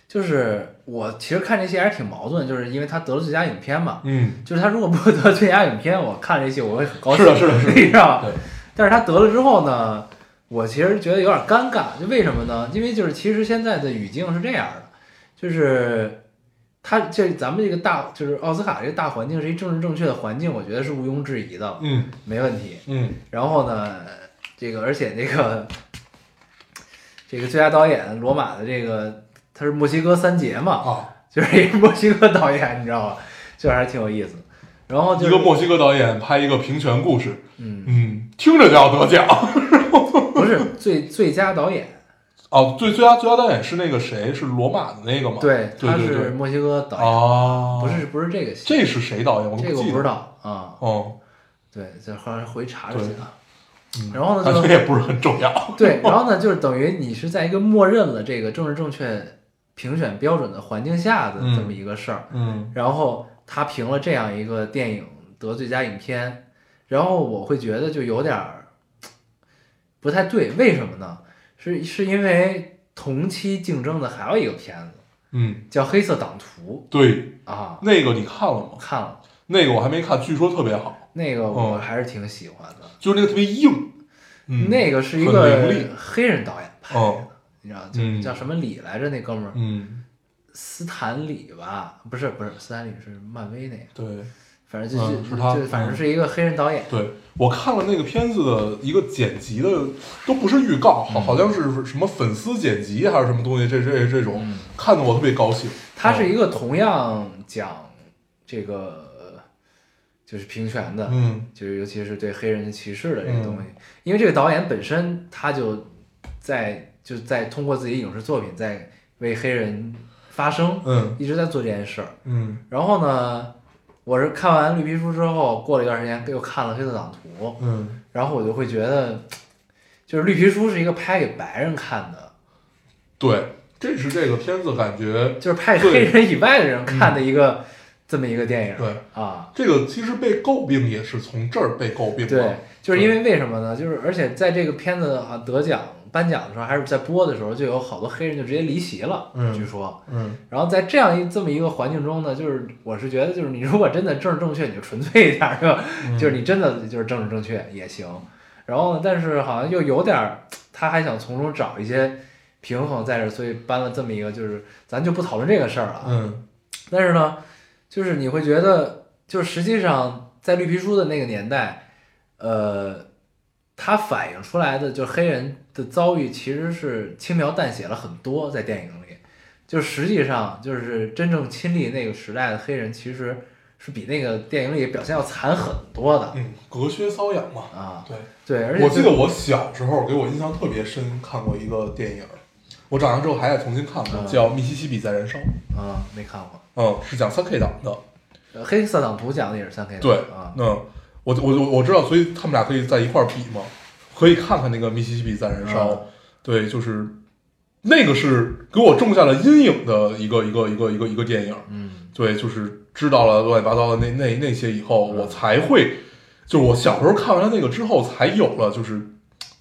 就是我其实看这戏还是挺矛盾，就是因为他得了最佳影片嘛，嗯，就是他如果不得最佳影片，我看这戏我会很高兴，是的是的是的 你知道吧对？但是他得了之后呢，我其实觉得有点尴尬，就为什么呢？因为就是其实现在的语境是这样的，就是。他这咱们这个大就是奥斯卡这个大环境是一政治正确的环境，我觉得是毋庸置疑的，嗯没问题。嗯然后呢，这个而且那个这个最佳导演罗马的这个他是墨西哥三杰嘛，啊，就是一个墨西哥导演，你知道吧？就是还挺有意思。然后就一是个墨西哥导演拍一个平权故事，嗯，嗯，听着就要得奖。不是最最佳导演，哦，最最佳最佳导演是那个谁？是罗马的那个吗？对，哦对他对是对墨西哥导演，啊，不是不是这个戏，这是谁导演？我都这个我记不知得。道啊、哦，对，这后来回查查去啊。嗯然后呢，感就觉也不是很重要。对，然后呢，就是等于你是在一个默认了这个政治正确评选标准的环境下的这么一个事儿，嗯然后他评了这样一个电影得最佳影片，然后我会觉得就有点儿不太对，为什么呢？是是因为同期竞争的还有一个片子嗯，叫《黑色党徒对，》啊，那个你看了吗？看了那个我还没看，据说特别好，那个我嗯还是挺喜欢的，就是那个特别硬。哦嗯，那个是一很个凌厉黑人导演拍的，哦你知道嗯就叫什么李来着那哥们儿。嗯，斯坦李吧，不是不是斯坦李是漫威那个，对反正就是、嗯是他就反正是一个黑人导演，对，我看了那个片子的一个剪辑的，都不是预告，好好像嗯是什么粉丝剪辑还是什么东西，这这这种，看得我特别高兴。他是一一个同样讲这个呃就是平权的，嗯就是尤其是对黑人歧视的这个东西，因为这个导演本身他就在就在通过自己影视作品在为黑人发声，嗯一直在做这件事儿。嗯然后呢，我是看完《绿皮书》之后，过了一段时间又看了《黑色党徒》，嗯，然后我就会觉得，就是《绿皮书》是一个拍给白人看的，对，这是这个片子感觉就是拍给黑对嗯人以外的人看的一个、这么一个电影。对啊，这个其实被诟病也是从这儿被诟病对的，，就是因为为什么呢？就是而且在这个片子啊得奖颁奖的时候，还是在播的时候，就有好多黑人就直接离席了，嗯据说。嗯，然后在这样一这么一个环境中呢，就是我是觉得，就是你如果真的政治正确，你就纯粹一点儿，对吧？嗯就是你真的就是政治正确也行。然后呢，但是好像又有点儿，他还想从中找一些平衡在这儿，所以搬了这么一个，就是咱就不讨论这个事儿了。啊嗯但是呢，就是你会觉得，就是实际上在绿皮书的那个年代，呃，它反映出来的就是黑人的遭遇其实是轻描淡写了很多，在电影里，就实际上就是真正亲历那个时代的黑人，其实是比那个电影里表现要惨很多的嗯，隔靴搔痒嘛。啊。对，对，而且我记就得我小时候给我印象特别深，看过一个电影，我长大之后还得重新看过，嗯叫《密西西比在燃烧》，啊，没看过。嗯，是讲三 K 党的。呃黑色党徒讲的也是三 K 的对，啊，嗯，我我我我知道，所以他们俩可以在一块儿比嘛，可以看看那个《密西西比在燃烧》嗯对，就是那个是给我种下了阴影的一个一个一个一个一个电影。嗯对，就是知道了乱七八糟的那那那些以后，嗯我才会，就是我小时候看完了那个之后，才有了就是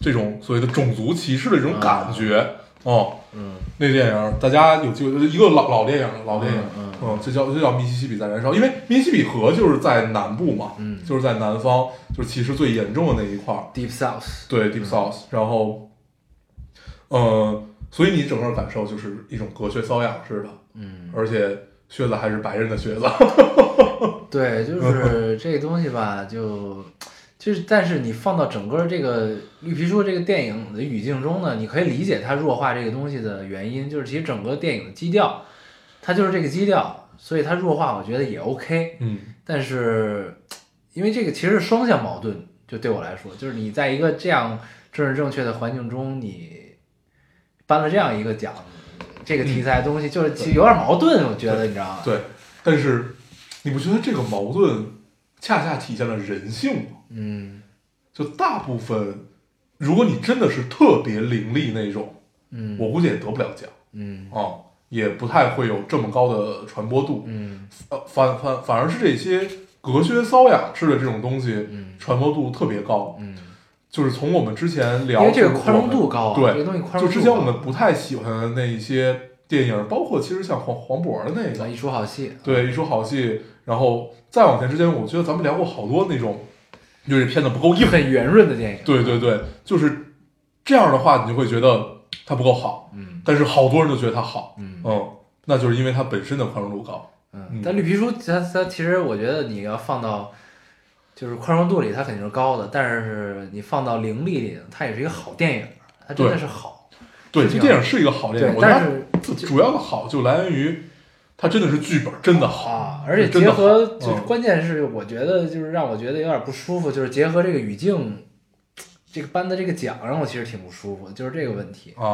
这种所谓的种族歧视的这啊种感觉。哦，嗯那电影大家有机会，一个老老电影，老电影，嗯嗯嗯，这叫这叫密西西比在燃烧，因为密西西比河就是在南部嘛，嗯就是在南方，就是歧视最严重的那一块儿， ，Deep South，对 Deep South，、然后，呃，所以你整个感受就是一种隔靴搔痒似的，嗯，而且靴子还是白人的靴子，对， 就是这个东西吧，就就是，但是你放到整个这个《绿皮书》这个电影的语境中呢，你可以理解它弱化这个东西的原因，就是其实整个电影的基调，它就是这个基调，所以它弱化，我觉得也 OK。嗯。但是因为这个其实是双向矛盾，就对我来说，就是你在一个这样政治正确的环境中，你颁了这样一个奖，这个题材的东西，就是其实有点矛盾，我觉得你知道吗？嗯对，但是你不觉得这个矛盾恰恰体现了人性吗？嗯就大部分，如果你真的是特别伶俐那种，嗯我估计也得不了奖嗯啊、也不太会有这么高的传播度。嗯。呃，反反反而是这些隔靴搔痒式的这种东西，嗯传播度特别高。嗯，就是从我们之前聊，因为这个就是宽容我们度高啊，这个对，东西宽容度就高。啊之前我们不太喜欢的那一些电影，包括其实像黄黄渤的那个，一出好戏，对，一出好戏，然后再往前之前，我觉得咱们聊过好多那种，就是片子不够硬。很圆润的电影。对对对，就是这样的话，你就会觉得它不够好，嗯但是好多人都觉得它好，嗯嗯，那就是因为它本身的宽容度高。嗯，但绿皮书它它其实我觉得你要放到就是宽容度里，它肯定是高的，但是你放到凌厉里呢，它也是一个好电影，它真的对是好。对，是这这样电影是一个好电影，对我觉得但是它主主要的好就来源于它真的是剧本，真的好啊，而且真结的好合就是嗯关键是，我觉得就是让我觉得有点不舒服，就是结合这个语境，这个颁的这个奖让我其实挺不舒服，就是这个问题啊，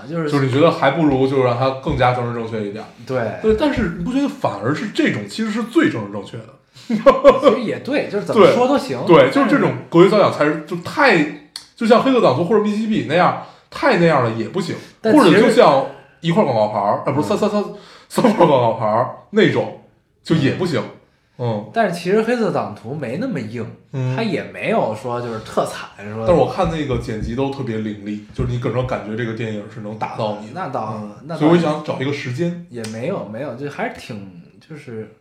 啊，就是就是你觉得还不如就是让它更加政治正确一点。对，对，但是你不觉得反而是这种其实是最政治正确的？其实也对，就是怎么对说都行，对，就是这但种国际教养才是就太，就像黑客党族或者密西西比那样，太那样了也不行，但或者其实嗯就像一块广告牌儿，啊不是三三三三块广告牌儿那种，就也不行。嗯，但是其实黑色党徒没那么硬，嗯他也没有说就是特惨说。但是我看那个剪辑都特别凌厉，就是你整个感觉这个电影是能打到你的。那倒嗯那倒所以我想找一个时间，也没有没有，就还是挺就是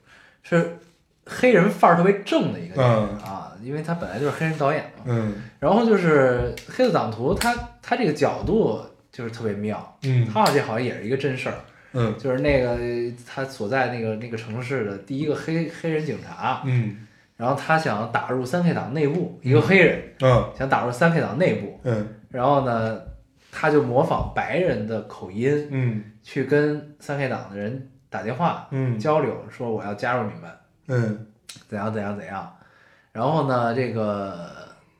是黑人范儿特别正的一个电影嗯啊，因为他本来就是黑人导演嘛。嗯然后就是《黑色党徒》他，他这个角度就是特别妙，嗯他好像好像也是一个真事儿，嗯就是那个他所在那个那个城市的第一个黑黑人警察，嗯然后他想打入三 K 党内部，一个黑人嗯想打入三 K 党内部，嗯然后呢，他就模仿白人的口音嗯去跟三 K 党的人打电话嗯交流，说我要加入你们，嗯怎样怎样怎样。然后呢，这个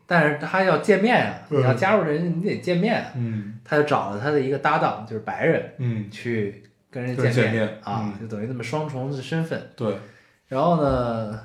但是他要见面啊，嗯你要加入人家，你得见面啊。嗯他就找了他的一个搭档，就是白人嗯，去跟人家跟人见见面啊，嗯就等于这么双重的身份。对，然后呢，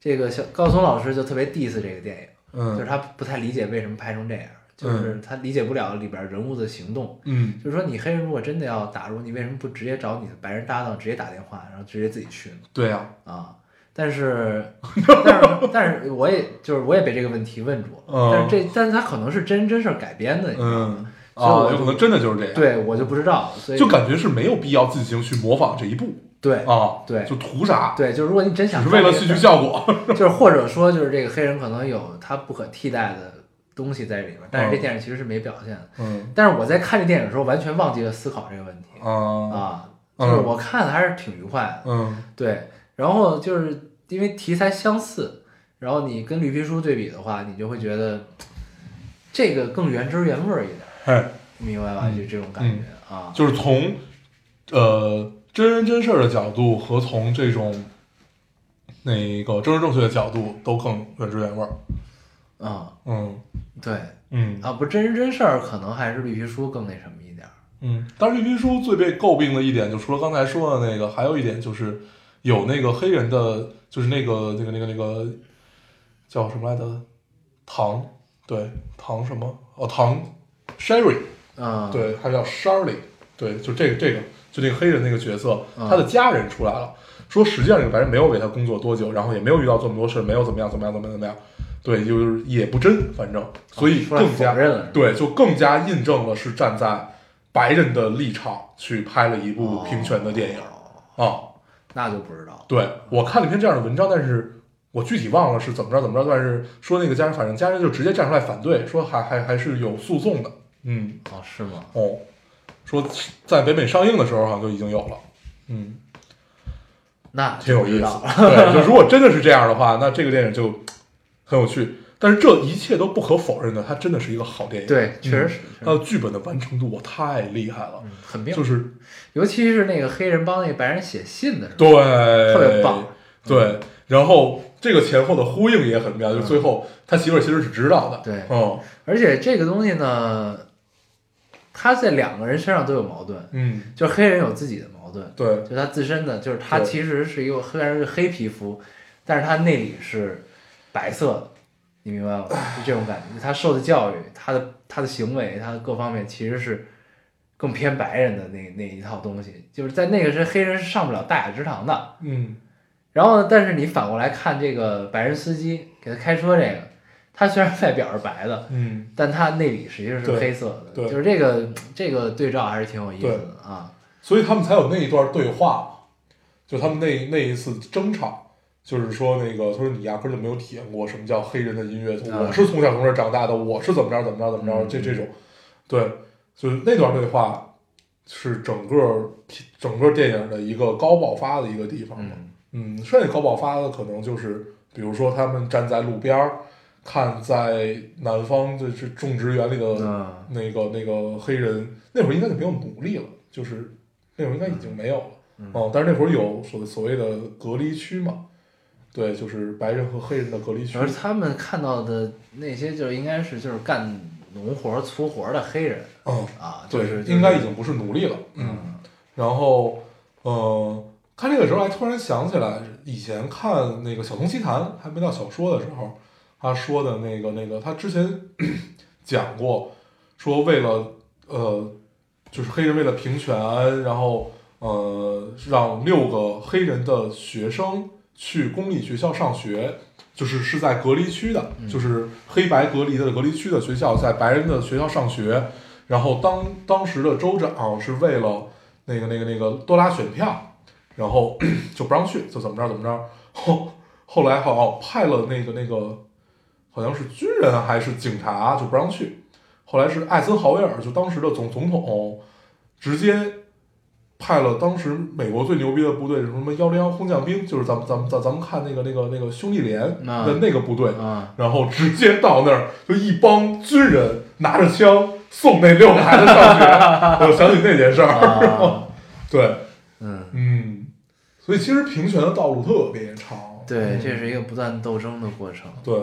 这个小高松老师就特别 diss 这个电影，就是嗯他不太理解为什么拍成这样，就是他理解不了里边人物的行动。嗯就是说，你黑人如果真的要打入，你为什么不直接找你的白人搭档，直接打电话，然后直接自己去呢？对呀，啊，但是， 但是，但是，我也就是我也被这个问题问住了。嗯但是这，但是他可能是真人真事儿改编的，你知道吗嗯所以啊，我有可能真的就是这样。对我就不知道，所以就感觉是没有必要自行去模仿这一步对啊，对就图啥？对，就是如果你真只想是为了看这戏个剧效果。就是或者说就是这个黑人可能有他不可替代的东西在里边，但是这嗯电影其实是没表现 的。嗯但是我在看这电影的时候，完全忘记了思考这个问题啊，啊，就嗯是我看的还是挺愉快的。嗯对，然后就是因为题材相似，然后你跟绿皮书对比的话，你就会觉得这个更原汁原味儿一点，哎，明白吧？就这种感嗯觉、啊。就是从呃真人真事儿的角度和从这种那个政治正确的角度都更原汁原味儿。嗯，嗯对嗯啊，不真人真事儿可能还是绿皮书更那什么一点儿。嗯，但是绿皮书最被诟病的一点，就除了刚才说的那个，还有一点就是有那个黑人的，就是那个那个那个那个叫什么来着？唐，对，唐什么？哦，唐 Sherry，嗯，，对，他叫 Sherry，对，就这个这个，就那个黑人那个角色，嗯他的家人出来了，说实际上这个白人没有为他工作多久，然后也没有遇到这么多事，没有怎么样怎么样怎么样怎么样，对，就是也不真，反正，所以出啊来更加否认了。对，就更加印证了是站在白人的立场去拍了一部平权的电影啊、哦那就不知道了。对我看了一篇这样的文章，但是我具体忘了是怎么着怎么着，但是说那个家人，反正家人就直接站出来反对，说还还还是有诉讼的。嗯，哦，是吗？哦，说在北美上映的时候好像就已经有了。嗯，那挺有意就不思知道了。的。对，就如果真的是这样的话，那这个电影就很有趣。但是这一切都不可否认的，它真的嗯是一个好电影。，对，确实是，确它实的剧本的完成度我太厉害了嗯，，很妙就。是尤其是那个黑人帮那个白人写信的时候，对，特别棒。对，然后这个前后的呼应也很妙，就最后他媳妇儿其实是知道的。对嗯而且这个东西呢，他在两个人身上都有矛盾，嗯，就是黑人有自己的矛盾，对就他自身的，就是他对其实是一个虽然是黑皮肤，但是他内里是白色的，你明白吗？就这种感觉，他受的教育，他的他的行为，他的各方面其实是更偏白人的那那一套东西，就是在那个时候黑人是上不了大雅之堂的。嗯然后呢，但是你反过来看这个白人司机给他开车这个，他虽然外表是白的，嗯，但它内里实际上是对黑色的，对就是这个这个对照还是挺有意思的啊。所以他们才有那一段对话，就他们那那一次争吵。就是说，那个他说你压根儿就没有体验过什么叫黑人的音乐，嗯我是从小从这儿长大的，我是怎么着怎么着怎么着，这这种，对，就是那段对话是整个整个电影的一个高爆发的一个地方嘛。嗯，嗯，剩下高爆发的可能就是，比如说他们站在路边儿，看在南方就是种植园里的嗯，那个、那个黑人，那会儿应该就没有奴隶了，就是那会儿应该已经没有了，嗯哦，但是那会儿有所所谓的隔离区嘛，对，就是白人和黑人的隔离区而。他们看到的那些，就应该是就是干农活、粗活的黑人嗯，啊，就对，是应该已经经不是奴隶了。嗯然后，呃，看这个时候还突然想起来，以前看那个《小松奇谈》还没到小说的时候，他说的那个那个，他之前 讲过，说为了呃，就是黑人为了平权，然后呃，让六个黑人的学生去公立学校上学。就是是在隔离区的，就是黑白隔离的隔离区的学校，在白人的学校上学。然后当当时的州长是为了那个那个那个多拉选票，然后 就不让去，就怎么着怎么着。后后来好像派了那个那个，好像是军人还是警察，就不让去。后来是艾森豪威尔，就当时的总总统，直接派了当时美国最牛逼的部队，什么幺零幺空降兵，就是咱们咱们咱咱们看那个那个那个兄弟连啊的那个部队，啊，然后直接到那儿就一帮军人拿着枪送那六个孩子 上学，我想起那件事儿。 啊对，嗯，嗯，所以其实平权的道路特别长。对，嗯这是一个不断斗争的过程。对，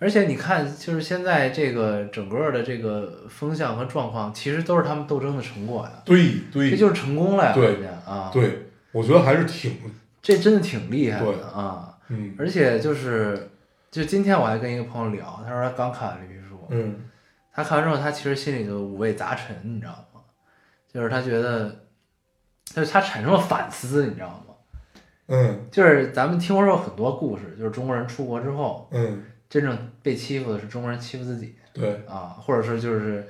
而且你看，就是现在这个整个的这个风向和状况，其实都是他们斗争的成果呀，对对，这就是成功了呀，对人家啊，，对，我觉得还是挺这真的挺厉害对的啊！嗯而且就是，就今天我还跟一个朋友聊，他说他刚看完绿皮书，嗯他看完之后，他其实心里就五味杂陈，你知道吗？就是他觉得，就是他产生了反思，你知道吗？嗯就是咱们听说过很多故事，就是中国人出国之后，嗯，真正被欺负的是中国人欺负自己对啊，或者是就是，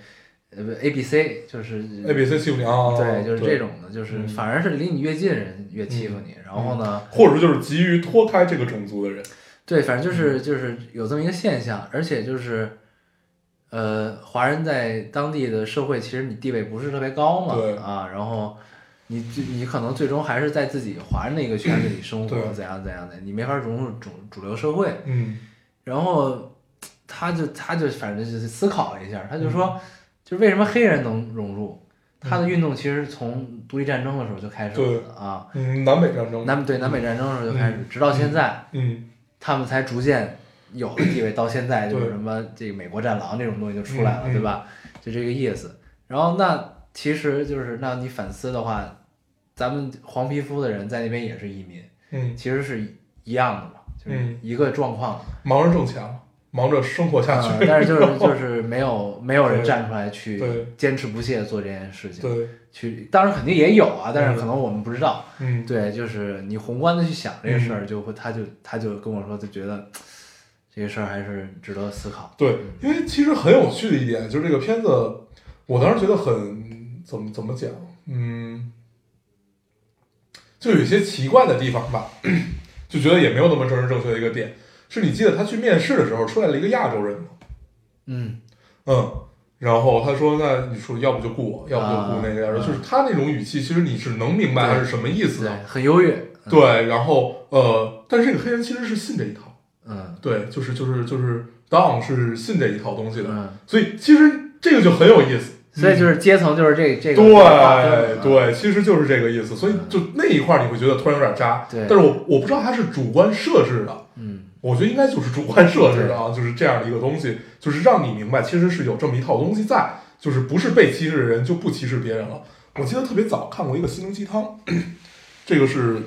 呃不，A B C 就是，A B C 欺负你啊，对，就是这，种的，就是嗯反而是离你越近的人越欺负你，然后呢，或者就是急于脱开这个种族的人，对，反正就是嗯就是有这么一个现象，而且就是，呃，华人在当地的社会，其实你地位不是特别高嘛对，啊，然后你你可能最终还是在自己华人的一个圈子里生活，对怎样怎样的，你没法融入主主流社会。嗯然后他就他就反正就是思考了一下，他就嗯说，就为什么黑人能融入？他的运动其实从独立战争的时候就开始对了啊，嗯，南北战争，南对南北战争的时候就开始，直到现在。嗯他们才逐渐有了地位，到现在就是对什么这个美国战狼这种东西就出来了，嗯嗯对吧？就这个意思。然后那其实就是，那你反思的话，咱们黄皮肤的人在那边也是移民，嗯，其实是一样的嘛，就是嗯一个状况。忙着挣钱了，忙着生活下呃去，但是就是 就是没有没有人对站出来去对坚持不懈做这件事情， 对，去当然肯定也有啊，但嗯是可能我们不知道。嗯对，就是你宏观的去想这个事儿，就会他就他就跟我说，就觉得这个事儿还是值得思考。对，因为其实很有趣的一点就是这个片子，我当时觉得很怎么怎么讲，嗯，就有一些奇怪的地方吧， 就觉得也没有那么政治正确的一个点。是你记得他去面试的时候出来了一个亚洲人吗？嗯，嗯，然后他说：“那你说要不就雇我，要不就雇那个亚洲人。啊就是他那种语气，其实你是能明白他是什么意思对的。，很优越。嗯对，然后呃，但是这个黑人其实是信这一套，嗯对，就是就是就是当是信这一套东西的。嗯，所以其实这个就很有意思。所以就是阶层就是这这个划分对的对，其实就是这个意思。所以就那一块儿你会觉得突然有点渣，对但是我我不知道它是主观设置的，嗯我觉得应该就是主观设置的啊，就是这样的一个东西，就是让你明白其实是有这么一套东西在，就是不是被歧视的人就不歧视别人了。我记得特别早看过一个心灵鸡汤， 这个是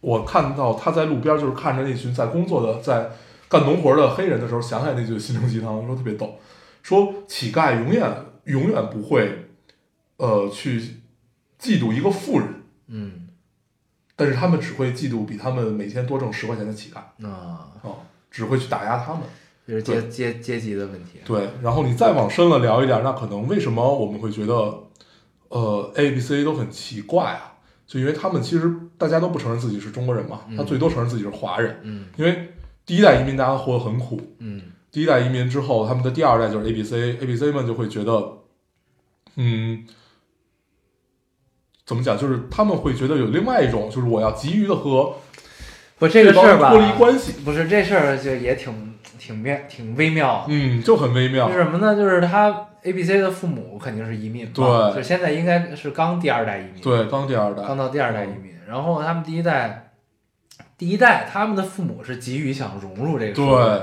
我看到他在路边儿就是看着那群在工作的在干农活的黑人的时候，想起来那句心灵鸡汤，说特别逗，说乞丐永远永远不会呃去嫉妒一个富人，嗯但是他们只会嫉妒比他们每天多挣十块钱的乞丐啊、嗯啊，只会去打压他们。就是阶阶阶级的问题。对，然后你再往深了聊一点，那可能为什么我们会觉得，呃，A、B、C 都很奇怪啊？就因为他们其实大家都不承认自己是中国人嘛，他最多承认自己是华人，嗯因为第一代移民大家活得很苦，嗯第一代移民之后，他们的第二代就是 A、B、C，A、B、C 们就会觉得，嗯，怎么讲？就是他们会觉得有另外一种，就是我要急于的和不，这个事儿吧，脱离关系，不是这事儿就也挺挺妙挺微妙的。嗯，就很微妙是，什么呢？就是他 A、B、C 的父母肯定是移民嘛，对就现在应该是刚第二代移民，，对，刚第二刚代，到第二代移民。然后他们第一代，第一代他们的父母是急于想融入这个，，对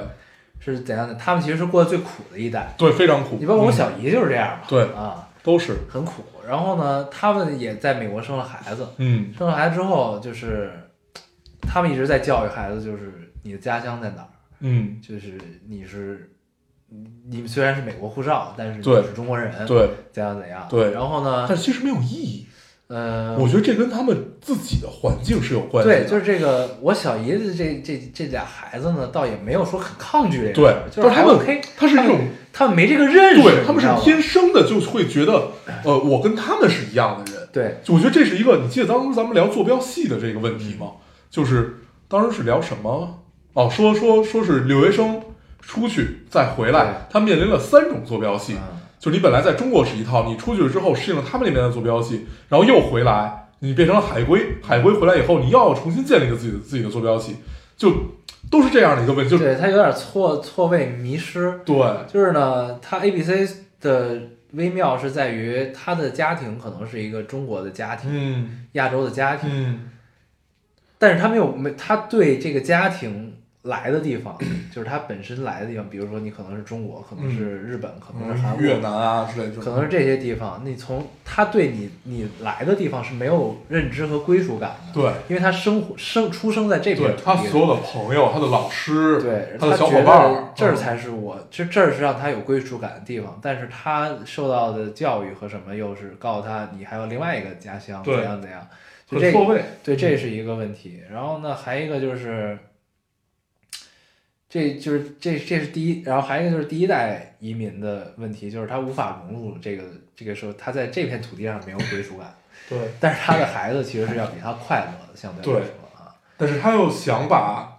是怎样的？他们其实是过得最苦的一代，对，非常苦。你包括我嗯小姨就是这样嘛，对啊，都是，很苦。然后呢，他们也在美国生了孩子，嗯，生了孩子之后，就是他们一直在教育孩子，就是你的家乡在哪儿，嗯，就是你是你们虽然是美国护照，但是对你是中国人，对，怎样怎样。对然后呢但，其实没有意义。呃，我觉得这跟他们自己的环境是有关系的。对，就是这个，我小姨子这这这俩孩子呢，倒也没有说很抗拒这个事对儿，，就但是还他们 OK，他是一种，他们没这个认识，对，他们你知是道吗天生的就会觉得，呃，我跟他们是一样的人。对我觉得这是一个，你记得当时咱们聊坐标系的这个问题嗯吗？就是当时是聊什么？哦，说说说是留学生出去再回来，他面临了三种坐标系。嗯就你本来在中国是一套，你出去了之后适应了他们那边的坐标系，然后又回来，你变成了海归。海归回来以后，你又要重新建立一个自己的自己的坐标系，就都是这样的一个问题。就是对他有点错错位迷失，对就是呢，他 A B C 的微妙是在于他的家庭可能是一个中国的家庭，嗯亚洲的家庭，嗯，但是他没有没他对这个家庭来的地方，就是他本身来的地方，比如说你可能是中国，可能是日本，可能是韩国，嗯越南啊之类的这种，可能是这些地方，你从他对你你来的地方是没有认知和归属感的，对。因为他生活生出生在这对片他土所地。有的朋友、他的老师、对，他的小觉伙伴得儿，这儿嗯才是我，这这儿是让他有归属感的地方。但是他受到的教育和什么，又是告诉他你还有另外一个家乡，怎对样怎样，就很这个错位。对，这是一个问题。然后呢，还一个就是，这就是这这是第一，然后还一个就是第一代移民的问题，就是他无法融入这个这个时候，他在这片土地上没有归属感，对，但是他的孩子其实是要比他快乐的，相对来对说啊，但是他又想把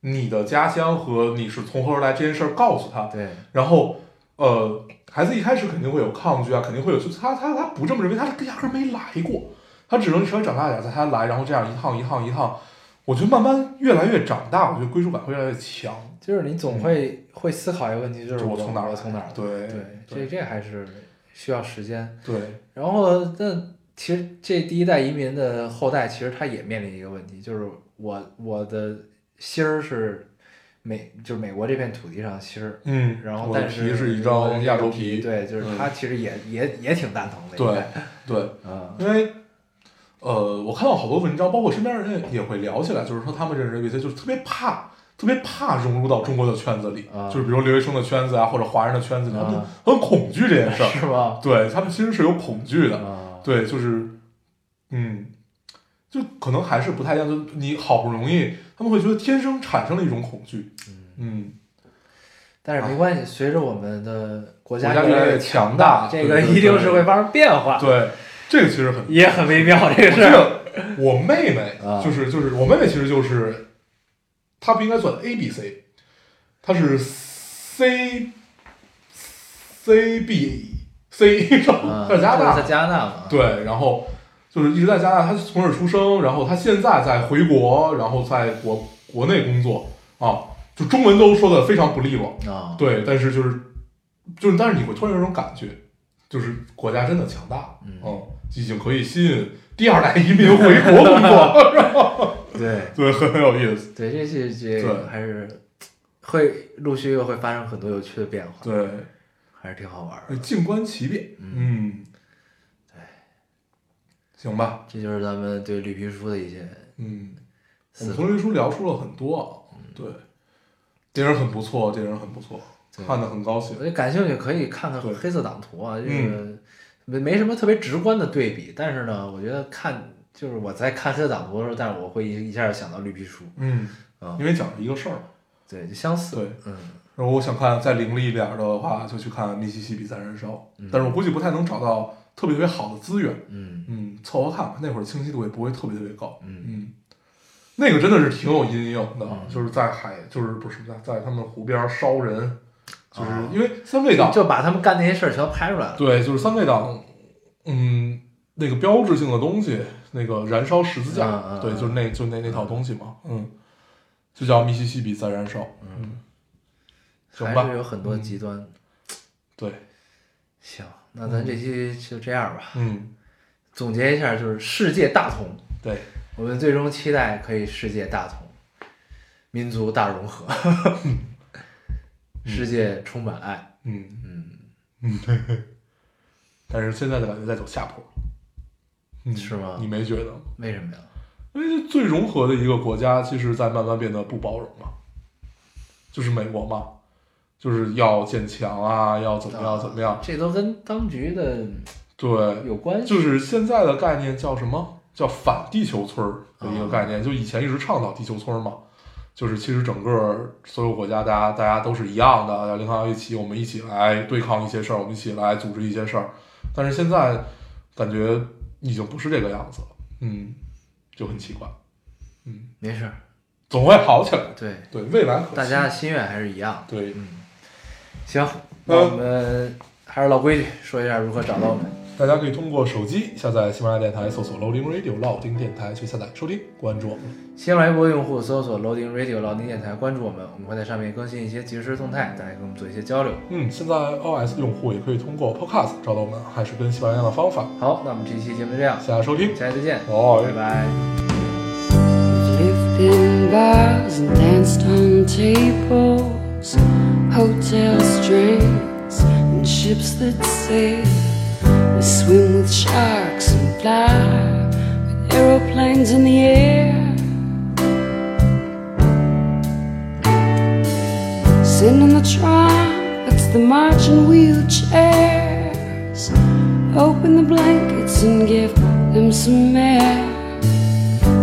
你的家乡和你是从何而来这件事儿告诉他，对然后呃，孩子一开始肯定会有抗拒啊，肯定会有，就他他他不这么认为，他压根儿没来过，他只能稍微长大一点再他来，然后这样一趟一趟一趟，我觉得慢慢越来越长大，我觉得归属感会越来越强。就是你总会、会思考一个问题，就是就我我从哪儿我来？从哪儿来？对这这还是需要时间。对然后那其实这第一代移民的后代，其实他也面临一个问题，就是我我的心儿是美，就是美国这片土地上的心儿。嗯，然后我的但皮是是一我的张这亚个洲皮，对，就是他其实也、也也挺蛋疼的。对，对。嗯，因为呃，我看到好多文章，包括身边人也也会聊起来，就是说他们认识 ABC 就是特别怕，特别怕融入到中国的圈子里，啊就是比如留学生的圈子啊，或者华人的圈子里，他们啊很恐惧这件事儿。是吧？对他们其实是有恐惧的，啊，对，就是嗯，就可能还是不太一样。就你好不容易，他们会觉得天生产生了一种恐惧，嗯，但是没关系，随着我们的国家国家越越来来越越强强大这对个对一定对是会发生变化，对，这个其实很也很微妙这个事我记儿。得我妹妹啊就是就是我妹妹，其实就是她不应该算 A B C，她是 C C B C，然嗯后在加拿就是大在加拿大嘛，对，然后就是一直在加拿大，她是从这儿出生，然后她现在在回国，然后在国国内工作啊，就中文都说的非常不利落，啊，对，但是就是就是，但是你会突然有一种感觉，就是国家真的强大，嗯已经可以吸引第二代移民回国工作，是吧对 对，很很有意思，对，这这这对还是会陆续又会发生很多有趣的变化，对，还是挺好玩儿的。呃静观其变，嗯，对，行吧，这就是咱们对绿皮书的一些嗯，我思们考。从这书聊出了很多，啊，对，电影很不错，电影很不错，看的很高兴我觉，得感兴趣可以看看对嗯黑色党图啊，这个没没什么特别直观的对比，但是呢，我觉得看就是我在看黑色党图的时候，但是我会一一下想到绿皮书，嗯啊，因为讲了一个事儿嘛，对，就相似，对。嗯，如果我想看再凌厉一点儿的话，就去看《密西西比在燃烧》，但是我估计不太能找到特别特别好的资源。嗯嗯，凑合看吧，那会儿清晰度也不会特别特别高。嗯那个真的是挺有阴影的，就是在海，就是不是在在他们湖边儿烧人，就是、啊因为三 K 党，就把他们干那些事儿全拍出来了，对，就是三 K 党，嗯，那个标志性的东西，那个燃烧十字架，嗯嗯对，嗯就是那就那那套东西嘛，嗯，就叫《密西西比在燃烧》，嗯，行吧嗯还是，有很多极端，对，行，那咱这期就这样吧。嗯，总结一下，就是世界大同，对，我们最终期待可以世界大同，民族大融 合，世界充满爱。嗯，嗯，但是现在的感觉在走下坡，嗯，是吗你没觉得吗？为什么呀？因为最融合的一个国家，其实在慢慢变得不包容嘛，就是美国嘛，就是要建墙啊，要怎么样怎么样，这都跟当局的对，有关系。就是现在的概念叫什么？叫反地球村儿的哦一个概念，就以前一直倡导地球村儿嘛，就是其实整个所有国家，大家大家都是一样的，大家零到一起，我们一起来对抗一些事儿，我们一起来组织一些事儿。但是现在感觉已经不是这个样子了，嗯，就很奇怪，嗯，没事儿，总会好起来。对，对，未来可期大家的心愿还是一样的。对，嗯，行，那嗯我们还是老规矩，说一下如何找到我们。大家可以通过手机下载喜马拉雅电台，搜索 Loading Radio 老丁电台去下载收听，关注我们。新浪微博用户搜索 Loading Radio 老丁电台，关注我们，我们会在上面更新一些即时动态，大家跟我们做一些交流。嗯，现在 iOS 用户也可以通过 Podcast 找到我们，还是跟喜马拉雅的方法。好，那我们这期节目就这样，谢谢收听，下期再见，哦拜拜。 Lived in bars and danced on tables, hotel strings and ships that sail. We swim with sharks and fly with aeroplanes in the air. Sitting in the trunk, it's the marching wheelchairs. Open the blankets and give them some air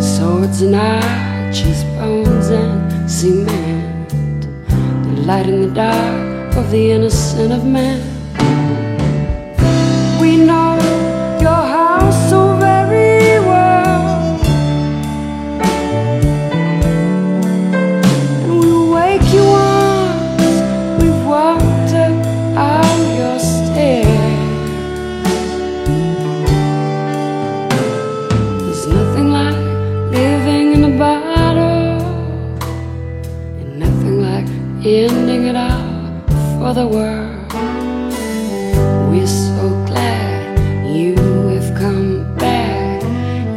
swords and arches, bones and cement. The light in the dark of the innocent of man. We know your house so very well, and we'll wake you once we've walked up out your stairs. There's nothing like living in a bottle, and nothing like ending it all for the world. We're so glad you have come back.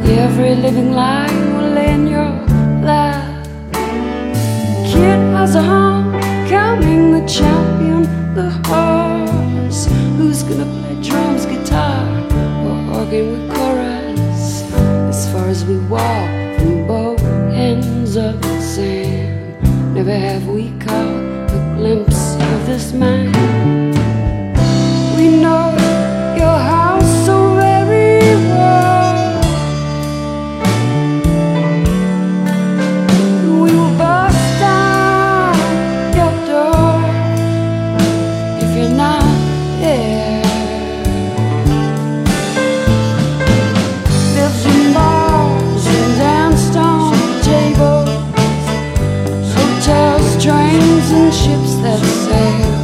Every living light will end your life. Kid has a home, coming the champion, the horse. Who's gonna play drums, guitar, or organ with chorus? As far as we walk, from both ends of the sand, never have we caught a glimpse of this man. We know your house so very well. We will bust down your door if you're not there. Lives in bars and danced on tables, hotels, trains, and ships that sail.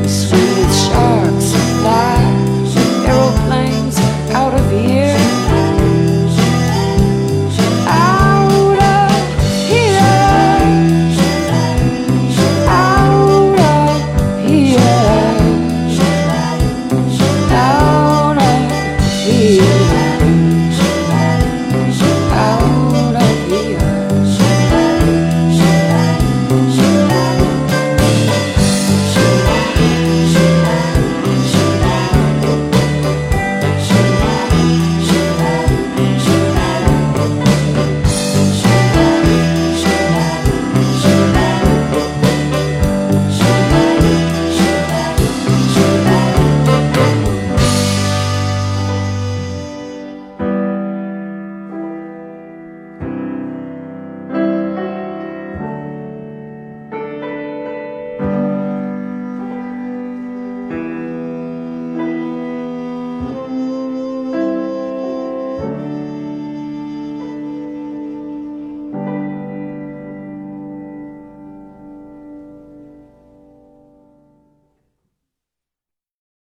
We swim with sharks and fly with aeroplanes out of here. Out of here, out of here, out of here.